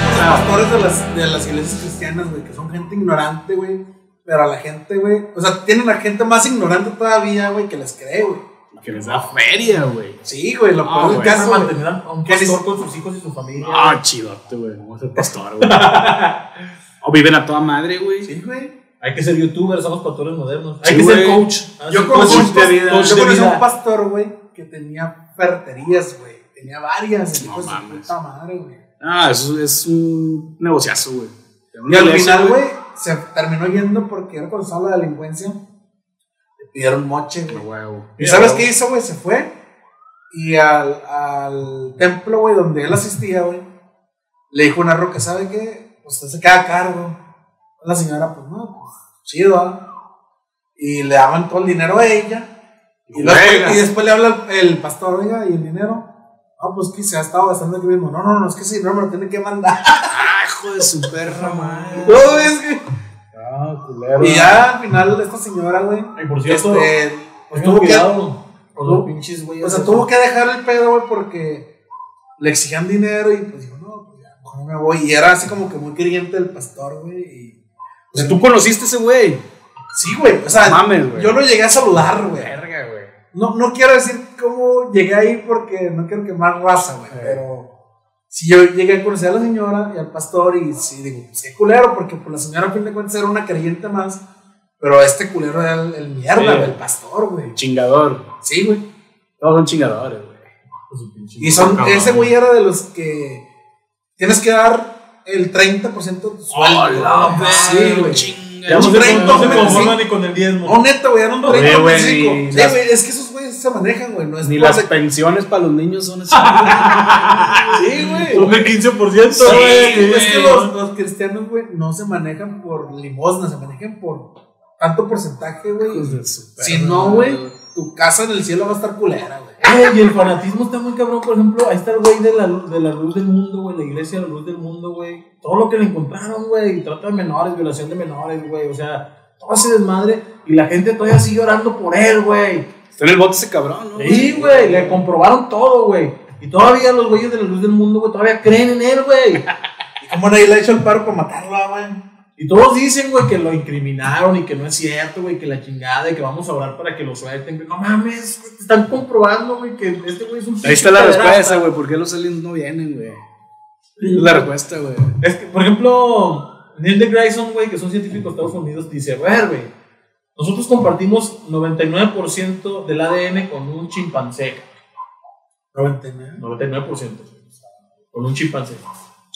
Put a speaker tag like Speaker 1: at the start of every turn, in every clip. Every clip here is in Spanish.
Speaker 1: errores de las, de las iglesias cristianas, güey, que son gente ignorante, güey. Pero a la gente, güey. O sea, tienen a gente más ignorante todavía, güey, que les cree, güey.
Speaker 2: Que les da feria, güey.
Speaker 1: Sí, güey, lo
Speaker 2: Ah,
Speaker 1: peor del
Speaker 2: güey.
Speaker 1: caso. güey.
Speaker 3: mantener a un
Speaker 1: Que les-
Speaker 4: pues,
Speaker 3: pastor con sus hijos y su familia.
Speaker 2: Ah, chidote, güey. Vamos a ser pastor, güey. o viven a toda madre, güey.
Speaker 1: Sí, güey.
Speaker 3: Hay que ser youtubers, somos pastores modernos.
Speaker 2: Sí,
Speaker 3: Hay que ser
Speaker 2: güey.
Speaker 3: coach. Ah,
Speaker 1: Yo
Speaker 3: sí,
Speaker 1: conocí
Speaker 3: coach
Speaker 1: un, pas-
Speaker 3: de vida.
Speaker 1: yo
Speaker 2: coach de
Speaker 1: conocí a un
Speaker 2: vida.
Speaker 1: pastor, güey, que tenía ferreterías, güey. Tenía varias.
Speaker 2: No
Speaker 1: No mames.
Speaker 2: mames.
Speaker 1: Puta madre, güey.
Speaker 2: Ah, eso es un negociazo, güey.
Speaker 1: Y al final, güey, se terminó yendo porque era conocido la delincuencia. Le pidieron moche,
Speaker 2: No,
Speaker 1: güey.
Speaker 2: huevo.
Speaker 1: ¿Y
Speaker 3: Mira,
Speaker 1: sabes
Speaker 3: güey.
Speaker 1: qué hizo, güey? Se fue. Y al, al templo, güey, donde él asistía, güey, le dijo una roca, ¿sabe qué? Pues, Usted se queda a cargo. La señora, pues no, pues chido, ¿ah? Y le daban todo el dinero a ella. Y, luego-
Speaker 2: Juegas.
Speaker 1: y después le habla el, el pastor, oiga, y el dinero. Ah, pues que se ha estado gastando aquí mismo. No, no, no, es que ese dinero me lo tiene que mandar.
Speaker 2: Ah, hijo de su perra, madre.
Speaker 1: No, es que-
Speaker 3: Ah, culero.
Speaker 1: Y ya al final, esta señora, güey,
Speaker 3: Y por cierto,
Speaker 1: este, pues,
Speaker 3: tengan
Speaker 1: tuvo que,
Speaker 3: cuidado con los
Speaker 1: tuvo-
Speaker 3: pinches güeyes.
Speaker 1: O sea, tuvo que dejar el pedo, güey, porque le exigían dinero y pues dijo, no, pues ya, mejor me voy. Y era así como que muy creyente del pastor, güey. y- pues,
Speaker 2: O sea, tú conociste a ese güey.
Speaker 1: Sí, güey. O sea,
Speaker 2: Mames, güey.
Speaker 1: Ah, yo lo llegué a saludar, güey.
Speaker 2: Verga, güey.
Speaker 1: No, no quiero decir cómo llegué ahí porque no quiero quemar raza, güey.
Speaker 3: Sí.
Speaker 1: Pero si yo llegué a conocer a la señora y al pastor y sí, digo, pues qué culero, porque pues, la señora a fin de cuentas era una creyente más. Pero este culero era el, el mierda,
Speaker 2: Sí.
Speaker 1: güey, el pastor, güey.
Speaker 2: Chingador.
Speaker 1: Sí, güey.
Speaker 2: Todos son chingadores, güey.
Speaker 1: Y son, ese güey era de los que tienes que dar el 30% de tu sueldo. güey. Sí, güey.
Speaker 2: Chinga.
Speaker 3: Ya no se,
Speaker 1: Treinta,
Speaker 3: no se
Speaker 1: güey,
Speaker 3: conforman
Speaker 1: sí.
Speaker 3: ni con el diezmo.
Speaker 1: No, neta, güey, era un 30%.
Speaker 2: Oye, güey,
Speaker 1: Sí,
Speaker 2: ni
Speaker 1: güey,
Speaker 2: las-
Speaker 1: es que esos güeyes se manejan, güey. No es
Speaker 2: Ni
Speaker 1: por
Speaker 2: las
Speaker 1: sec-
Speaker 2: pensiones para los niños son así.
Speaker 1: Sí, güey.
Speaker 3: Son el 15%,
Speaker 2: Sí,
Speaker 3: güey.
Speaker 2: güey.
Speaker 1: Es que los, los cristianos, güey, no se manejan por limosna, se manejan por tanto porcentaje, güey.
Speaker 2: Hijos de su perra
Speaker 1: Si no, güey,
Speaker 2: madre,
Speaker 1: tu casa en el cielo va a estar culera, güey.
Speaker 3: Güey, y el fanatismo está muy cabrón, por ejemplo, ahí está el güey de la, lu- de la luz del mundo, güey, la iglesia de la luz del mundo, güey. Todo lo que le encontraron, güey, trata de menores, violación de menores, güey, o sea, todo ese desmadre y la gente todavía sigue orando por él, güey.
Speaker 2: Está en el bote ese cabrón, ¿no?
Speaker 3: Sí, güey, le comprobaron todo, güey. Y todavía los güeyes de la luz del mundo, güey, todavía creen en él, güey.
Speaker 1: ¿Y cómo nadie le ha hecho el paro para matarla, güey?
Speaker 3: Y todos dicen, güey, que lo incriminaron y que no es cierto, güey, que la chingada y que vamos a orar para que lo suelten. güey. No mames, güey, están comprobando, güey, que este güey es un
Speaker 2: Ahí está la
Speaker 3: psicópata.
Speaker 2: respuesta, güey. ¿Por qué los aliens no vienen, güey? Es la respuesta, güey.
Speaker 3: Es que, por ejemplo, Neil de Grayson, güey, que son científicos de Estados Unidos, dice, a ver, güey, nosotros compartimos 99% del ADN con un chimpancé.
Speaker 1: 99.
Speaker 3: 99%. Con un chimpancé.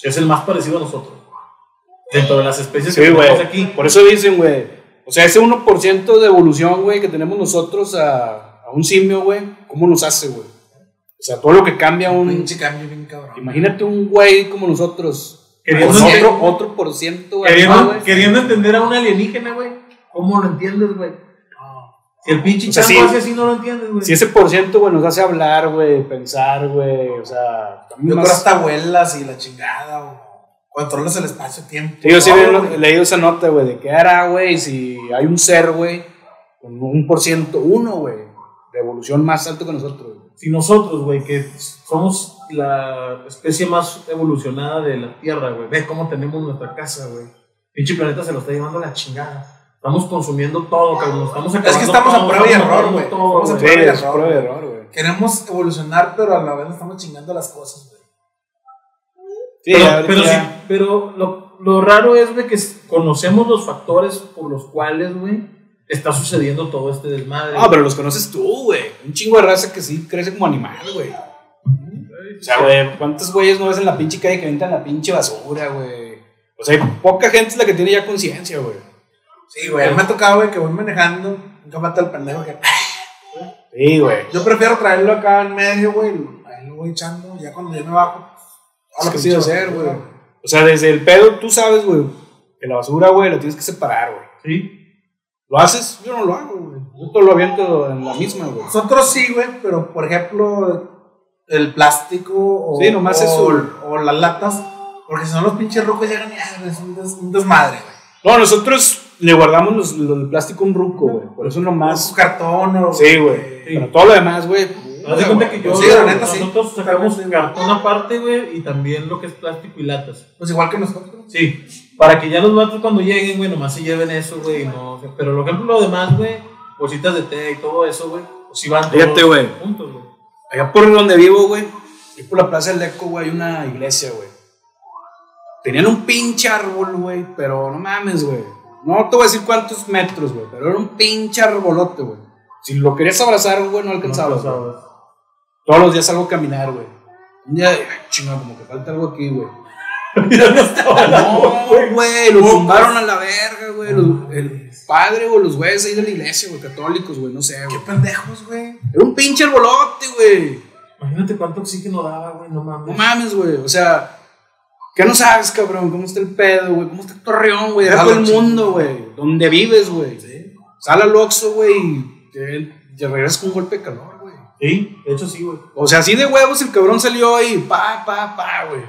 Speaker 3: Es el más parecido a nosotros. Dentro de las especies que
Speaker 2: Sí,
Speaker 3: tenemos
Speaker 2: güey.
Speaker 3: aquí.
Speaker 2: Por eso dicen, güey. O sea, ese 1% de evolución, güey, que tenemos nosotros a, a un simio, güey, ¿cómo nos hace, güey? O sea, todo lo que cambia
Speaker 1: Un
Speaker 2: un.
Speaker 1: pinche cambio bien cabrón.
Speaker 2: Imagínate un güey como nosotros.
Speaker 3: Queriendo,
Speaker 2: Con
Speaker 3: que-
Speaker 2: otro, otro por ciento, güey.
Speaker 3: queriendo-
Speaker 2: güey.
Speaker 3: queriendo entender a un alienígena, güey. ¿Cómo lo entiendes, güey?
Speaker 1: No.
Speaker 3: Si el pinche
Speaker 2: O sea,
Speaker 3: chango
Speaker 2: sí.
Speaker 3: hace así, no lo entiendes, güey.
Speaker 2: Si ese por ciento, güey, nos hace hablar, güey, pensar, güey. O sea,
Speaker 1: Yo
Speaker 2: también
Speaker 1: creo
Speaker 2: más.
Speaker 1: hasta vuelas y la chingada, o controlas el espacio-tiempo.
Speaker 2: Sí, yo sí
Speaker 1: todo,
Speaker 2: había
Speaker 1: güey.
Speaker 2: leído esa nota, güey, de qué hará, güey, si hay un ser, güey, con un por ciento, uno, güey, de evolución más alto que nosotros. güey.
Speaker 3: si nosotros, güey, que somos la especie más evolucionada de la Tierra, güey, ves cómo tenemos nuestra casa, güey. Pinche planeta se lo está llevando la chingada. Estamos consumiendo todo, cabrón. nos Estamos acabando
Speaker 1: Es que estamos a
Speaker 3: todo,
Speaker 1: prueba y
Speaker 3: estamos
Speaker 1: error,
Speaker 3: acabando
Speaker 1: güey.
Speaker 3: todo,
Speaker 1: Estamos a
Speaker 3: güey.
Speaker 1: Prueba y
Speaker 2: Sí, es
Speaker 1: error,
Speaker 2: prueba y
Speaker 1: güey.
Speaker 2: error, güey.
Speaker 1: Queremos evolucionar, pero a la vez nos estamos chingando las cosas, güey.
Speaker 2: Sí,
Speaker 3: pero,
Speaker 2: ahorita
Speaker 3: pero, sí,
Speaker 2: ya-
Speaker 3: pero lo, lo raro es, güey, que s- conocemos los factores por los cuales, güey, está sucediendo todo este desmadre.
Speaker 2: Ah, pero los conoces tú, güey. Un chingo de raza que sí crece como animal, güey. O sea, güey, ¿cuántos güeyes no ves en la pinche calle que aventan la pinche basura, güey? O sea, hay poca gente es la que tiene ya conciencia, güey.
Speaker 1: Sí, güey. a mí Me ha tocado, güey, que voy manejando. Nunca mata al pendejo que.
Speaker 2: Sí, güey.
Speaker 1: Yo prefiero traerlo acá en medio, güey. Ahí lo voy echando. Ya cuando yo me bajo.
Speaker 2: Es
Speaker 1: lo
Speaker 2: que
Speaker 1: que
Speaker 2: sí,
Speaker 1: quiero
Speaker 2: hacer,
Speaker 1: hacer,
Speaker 2: güey.
Speaker 1: güey.
Speaker 2: O sea, desde el pedo tú sabes, güey, que la basura, güey, la tienes que separar, güey.
Speaker 3: Sí.
Speaker 2: ¿Lo haces? Yo no lo hago, güey. Yo todo lo aviento en la misma, güey.
Speaker 1: Nosotros sí, güey, pero por ejemplo, el plástico o,
Speaker 2: Sí, nomás
Speaker 1: o,
Speaker 2: eso.
Speaker 1: o las latas. Porque si no, los pinches rojos llegan y ah, es un, des- un desmadre, güey.
Speaker 2: No, nosotros le guardamos los, lo del plástico a un ruco, güey. Por eso nomás.
Speaker 1: Su cartón o.
Speaker 2: Sí, güey.
Speaker 1: eh,
Speaker 2: Pero todo lo demás, güey.
Speaker 3: Haz de cuenta que yo,
Speaker 1: Sí, la neta, sí.
Speaker 3: nosotros sacamos
Speaker 1: También sí.
Speaker 3: cartón aparte, güey, y también lo que es plástico y latas.
Speaker 1: Pues igual que nosotros.
Speaker 3: Sí, para que ya los vatos cuando lleguen, güey, nomás se lleven eso, güey. y No, o sea, pero lo que lo demás, güey, bolsitas de té y todo eso, güey, pues si van
Speaker 2: Fíjate,
Speaker 3: todos
Speaker 2: güey.
Speaker 3: juntos, güey.
Speaker 2: Allá por donde vivo, güey, y por la plaza del Eco, güey, hay una iglesia, güey. Tenían un pinche árbol, güey, pero no mames, güey. No te voy a decir cuántos metros, güey, pero era un pinche arbolote, güey. Si lo querías abrazar, güey, no alcanzabas. güey.
Speaker 3: No,
Speaker 2: Todos los días salgo a caminar, güey. Un día, ay, chinga, como que falta algo aquí, güey.
Speaker 3: Ya no estaba la
Speaker 2: No,
Speaker 3: güey.
Speaker 2: güey, lo tumbaron a la verga, güey. los- El padre o los güeyes ahí de la iglesia, güey, católicos, güey, no sé,
Speaker 1: Qué
Speaker 2: güey.
Speaker 1: pendejos, güey.
Speaker 2: Era un pinche arbolote, güey.
Speaker 3: Imagínate cuánto oxígeno daba, güey, no
Speaker 2: No
Speaker 3: mames.
Speaker 2: mames, güey. O sea, ¿qué no sabes, cabrón? ¿Cómo está el pedo, güey? ¿Cómo está Torreón, güey? De
Speaker 1: Claro,
Speaker 2: todo el
Speaker 1: chico.
Speaker 2: mundo, güey. ¿Dónde vives, güey? Sal al Oxxo, güey, y te, te regresas con un golpe de calor, güey.
Speaker 3: Sí, de hecho sí, güey.
Speaker 2: O sea, así de huevos el cabrón salió y pa, pa, pa, güey.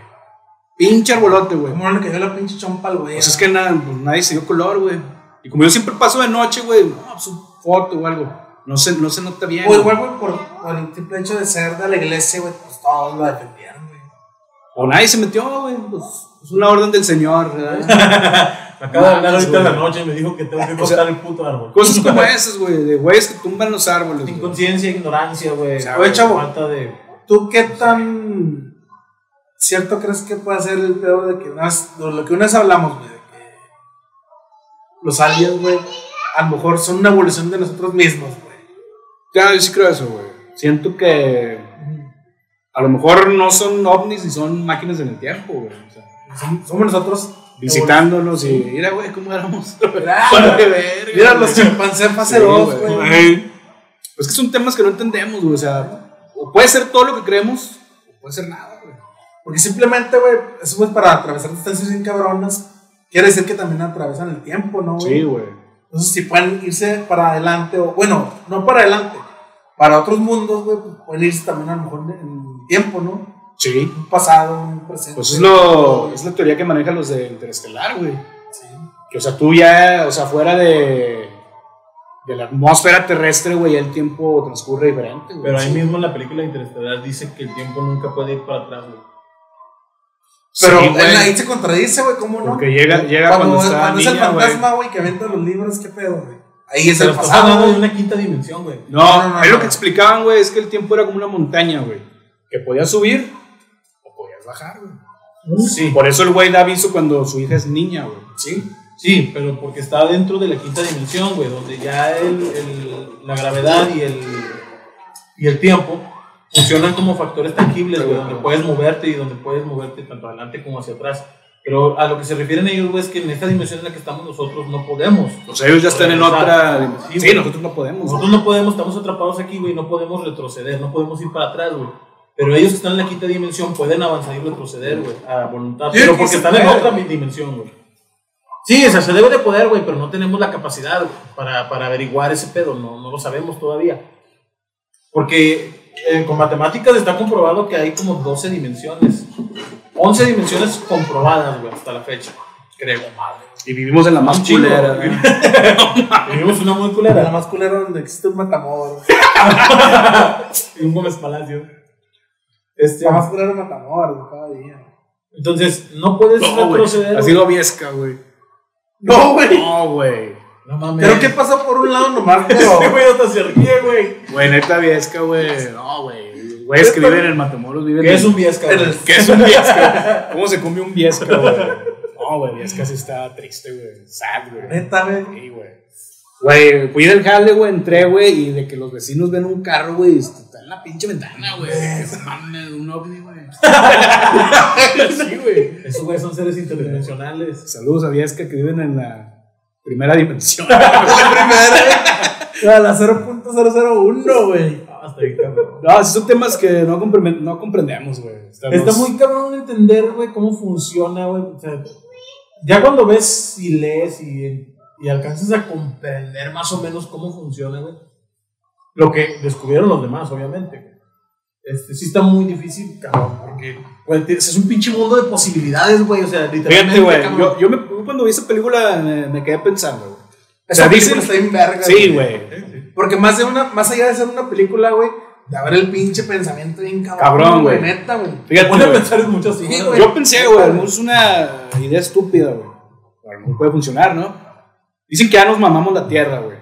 Speaker 2: Pinche arbolote, güey.
Speaker 1: ¿Cómo no le cayó la pinche chompa al güey?
Speaker 2: Pues es que na- pues nadie se dio color, güey. Y como yo siempre paso de noche, güey, no, pues un foto o algo. No se, no se nota bien.
Speaker 1: O
Speaker 2: Pues, güey.
Speaker 1: igual, güey, por, por el simple hecho de ser de la iglesia, güey, pues todos lo defendieron, güey.
Speaker 2: O nadie se metió, güey. Pues es una orden del Señor, ¿verdad?
Speaker 3: Me acaba de hablar
Speaker 2: Mames,
Speaker 3: ahorita en la
Speaker 2: güey.
Speaker 3: noche y me dijo que tengo que
Speaker 2: O sea,
Speaker 3: cortar el puto árbol.
Speaker 2: Cosas como esas, güey, de güeyes que tumban los árboles. güey.
Speaker 3: Inconsciencia, ignorancia, güey.
Speaker 2: O sea,
Speaker 1: güey, chavo.
Speaker 3: Falta de.
Speaker 1: ¿Tú qué tan cierto crees que puede ser el pedo de que unas, de lo que unas hablamos, güey, de que los aliens, güey, a lo mejor son una evolución de nosotros mismos, güey?
Speaker 2: Ya, yo sí creo eso, güey. Siento que a lo mejor no son ovnis y son máquinas en el tiempo, güey. O sea,
Speaker 1: Som- Somos nosotros.
Speaker 2: visitándonos y mira, güey, cómo éramos. Pues
Speaker 1: Mira,
Speaker 2: Para de Ah, verga,
Speaker 1: Mira
Speaker 2: güey.
Speaker 1: los chimpancés fase
Speaker 2: Sí,
Speaker 1: 2,
Speaker 2: güey.
Speaker 1: güey.
Speaker 2: Ay. Pues que son temas que no entendemos, güey. O sea, o puede ser todo lo que creemos, o puede ser nada, güey.
Speaker 1: Porque simplemente, güey, eso güey, para atravesar distancias bien cabronas, quiere decir que también atravesan el tiempo, ¿no, güey?
Speaker 2: güey.
Speaker 1: Entonces, si pueden irse para adelante, o bueno, no para adelante, para otros mundos, güey, pues, pueden irse también a lo mejor en- en tiempo, ¿no?
Speaker 2: Sí.
Speaker 1: Un pasado, un presente.
Speaker 2: Pues es, lo, es la teoría que manejan los de Interestelar, güey.
Speaker 1: Sí.
Speaker 2: Que, o sea, tú ya, o sea, fuera de, de la atmósfera terrestre, güey, ya el tiempo transcurre diferente, güey.
Speaker 3: Pero ahí
Speaker 2: Sí.
Speaker 3: mismo en la película Interestelar dice que el tiempo nunca puede ir para atrás, güey.
Speaker 1: Pero
Speaker 2: Sí,
Speaker 1: él
Speaker 2: güey.
Speaker 1: ahí se contradice, güey, ¿cómo no?
Speaker 2: Porque llega- llega cuando está
Speaker 1: es el
Speaker 2: niña, güey.
Speaker 1: fantasma, güey, que vende los libros, ¿qué pedo, güey? Ahí es
Speaker 3: Pero
Speaker 1: el
Speaker 3: estás hablando
Speaker 1: pasado,
Speaker 3: de
Speaker 1: güey.
Speaker 3: una quinta dimensión, güey.
Speaker 2: No,
Speaker 1: No, no, no,
Speaker 2: ahí
Speaker 1: no.
Speaker 2: lo que explicaban, güey, es que el tiempo era como una montaña, güey. Que podías subir o podías bajar, güey.
Speaker 3: Sí.
Speaker 2: Por eso el güey da aviso cuando su hija es niña, güey.
Speaker 1: Sí.
Speaker 3: Sí, pero porque está dentro de la quinta dimensión, güey, donde ya el, el- la gravedad y el, y el tiempo funcionan como factores tangibles, güey, donde puedes moverte y donde puedes moverte tanto adelante como hacia atrás. Pero a lo que se refieren ellos, güey, es que en esta dimensión en la que estamos nosotros no podemos.
Speaker 2: O sea, ellos ya están en
Speaker 3: Exacto.
Speaker 2: otra dimensión.
Speaker 3: Sí,
Speaker 2: Sí,
Speaker 3: güey.
Speaker 2: nosotros no podemos.
Speaker 3: Nosotros no podemos, estamos atrapados aquí, güey, no podemos retroceder, no podemos ir para atrás, güey. Pero ellos que están en la quinta dimensión pueden avanzar y retroceder, güey, a voluntad.
Speaker 1: Sí,
Speaker 3: Pero
Speaker 1: que
Speaker 3: porque
Speaker 1: se
Speaker 3: están en
Speaker 1: puede.
Speaker 3: otra mi- dimensión, güey. Sí, o sea, se debe de poder, güey, pero no tenemos la capacidad güey, para, para averiguar ese pedo, no, no lo sabemos todavía. Porque eh, con matemáticas está comprobado que hay como 12 dimensiones, 11 dimensiones comprobadas, güey, hasta la fecha, creo.
Speaker 2: Y vivimos en la más
Speaker 3: Un chingo.
Speaker 2: culera. güey.
Speaker 3: Vivimos una muy
Speaker 1: Pero
Speaker 3: culera
Speaker 1: la más culera donde existe un matamor. güey.
Speaker 3: y un Gómez Palacio. Este,
Speaker 1: La más culera un matamor, güey, cada día.
Speaker 3: Entonces, no puedes
Speaker 2: No, güey.
Speaker 3: retroceder.
Speaker 2: Ha sido viesca, güey.
Speaker 1: No, güey.
Speaker 2: No, güey.
Speaker 3: No mames.
Speaker 1: Creo que pasa por un lado nomás,
Speaker 3: Este
Speaker 1: pero.
Speaker 3: güey hasta se ríe, güey.
Speaker 2: Güey, neta viesca, güey. No, güey. Güeyes que viven en Matamoros viven
Speaker 3: Que
Speaker 2: en-
Speaker 3: es un viesca, güey.
Speaker 2: ¿Qué es un viesca? ¿Cómo se come un viesca, güey? No, güey, viesca sí está triste, güey. Sad, güey.
Speaker 1: Neta, güey.
Speaker 2: Sí, güey. Güey, fui del jale, güey, entré, güey, y de que los vecinos ven un carro, güey, y está en la pinche ventana, güey. Que mames, un ovni, güey. sí, güey.
Speaker 3: Esos güeyes son seres interdimensionales.
Speaker 2: Saludos a Viesca que viven en la primera dimensión.
Speaker 1: La primera, güey. A la 0.001, güey.
Speaker 3: Ah, Hasta ahí, cabrón.
Speaker 2: No, esos son temas que no, compre- no comprendemos, güey. Estamos-
Speaker 3: Está muy cabrón entender, güey, cómo funciona, güey. O sea, ya cuando ves y lees y, y alcanzas a comprender más o menos cómo funciona, güey. Lo que descubrieron los demás, obviamente. güey. Este, sí está muy difícil, cabrón, porque güey, te- es un pinche mundo de posibilidades, güey. O sea, literalmente,
Speaker 2: Fíjate, güey,
Speaker 3: cabrón.
Speaker 2: yo, yo me- cuando vi esa película me, me quedé pensando, güey.
Speaker 1: Esa película
Speaker 2: dicen-
Speaker 1: está bien verga.
Speaker 2: Sí, güey.
Speaker 3: eh,
Speaker 1: Porque más, de una, más allá de ser una película, güey, de haber el pinche pensamiento bien cabrón.
Speaker 2: Cabrón, güey.
Speaker 1: Neta, güey.
Speaker 2: Fíjate,
Speaker 3: Pone a
Speaker 2: güey.
Speaker 3: pensar en muchas cosas.
Speaker 1: Sí,
Speaker 3: güey.
Speaker 2: Yo pensé, güey, a lo mejor es una idea estúpida, güey. A lo mejor puede funcionar, ¿no? Dicen que ya nos mamamos la tierra, güey.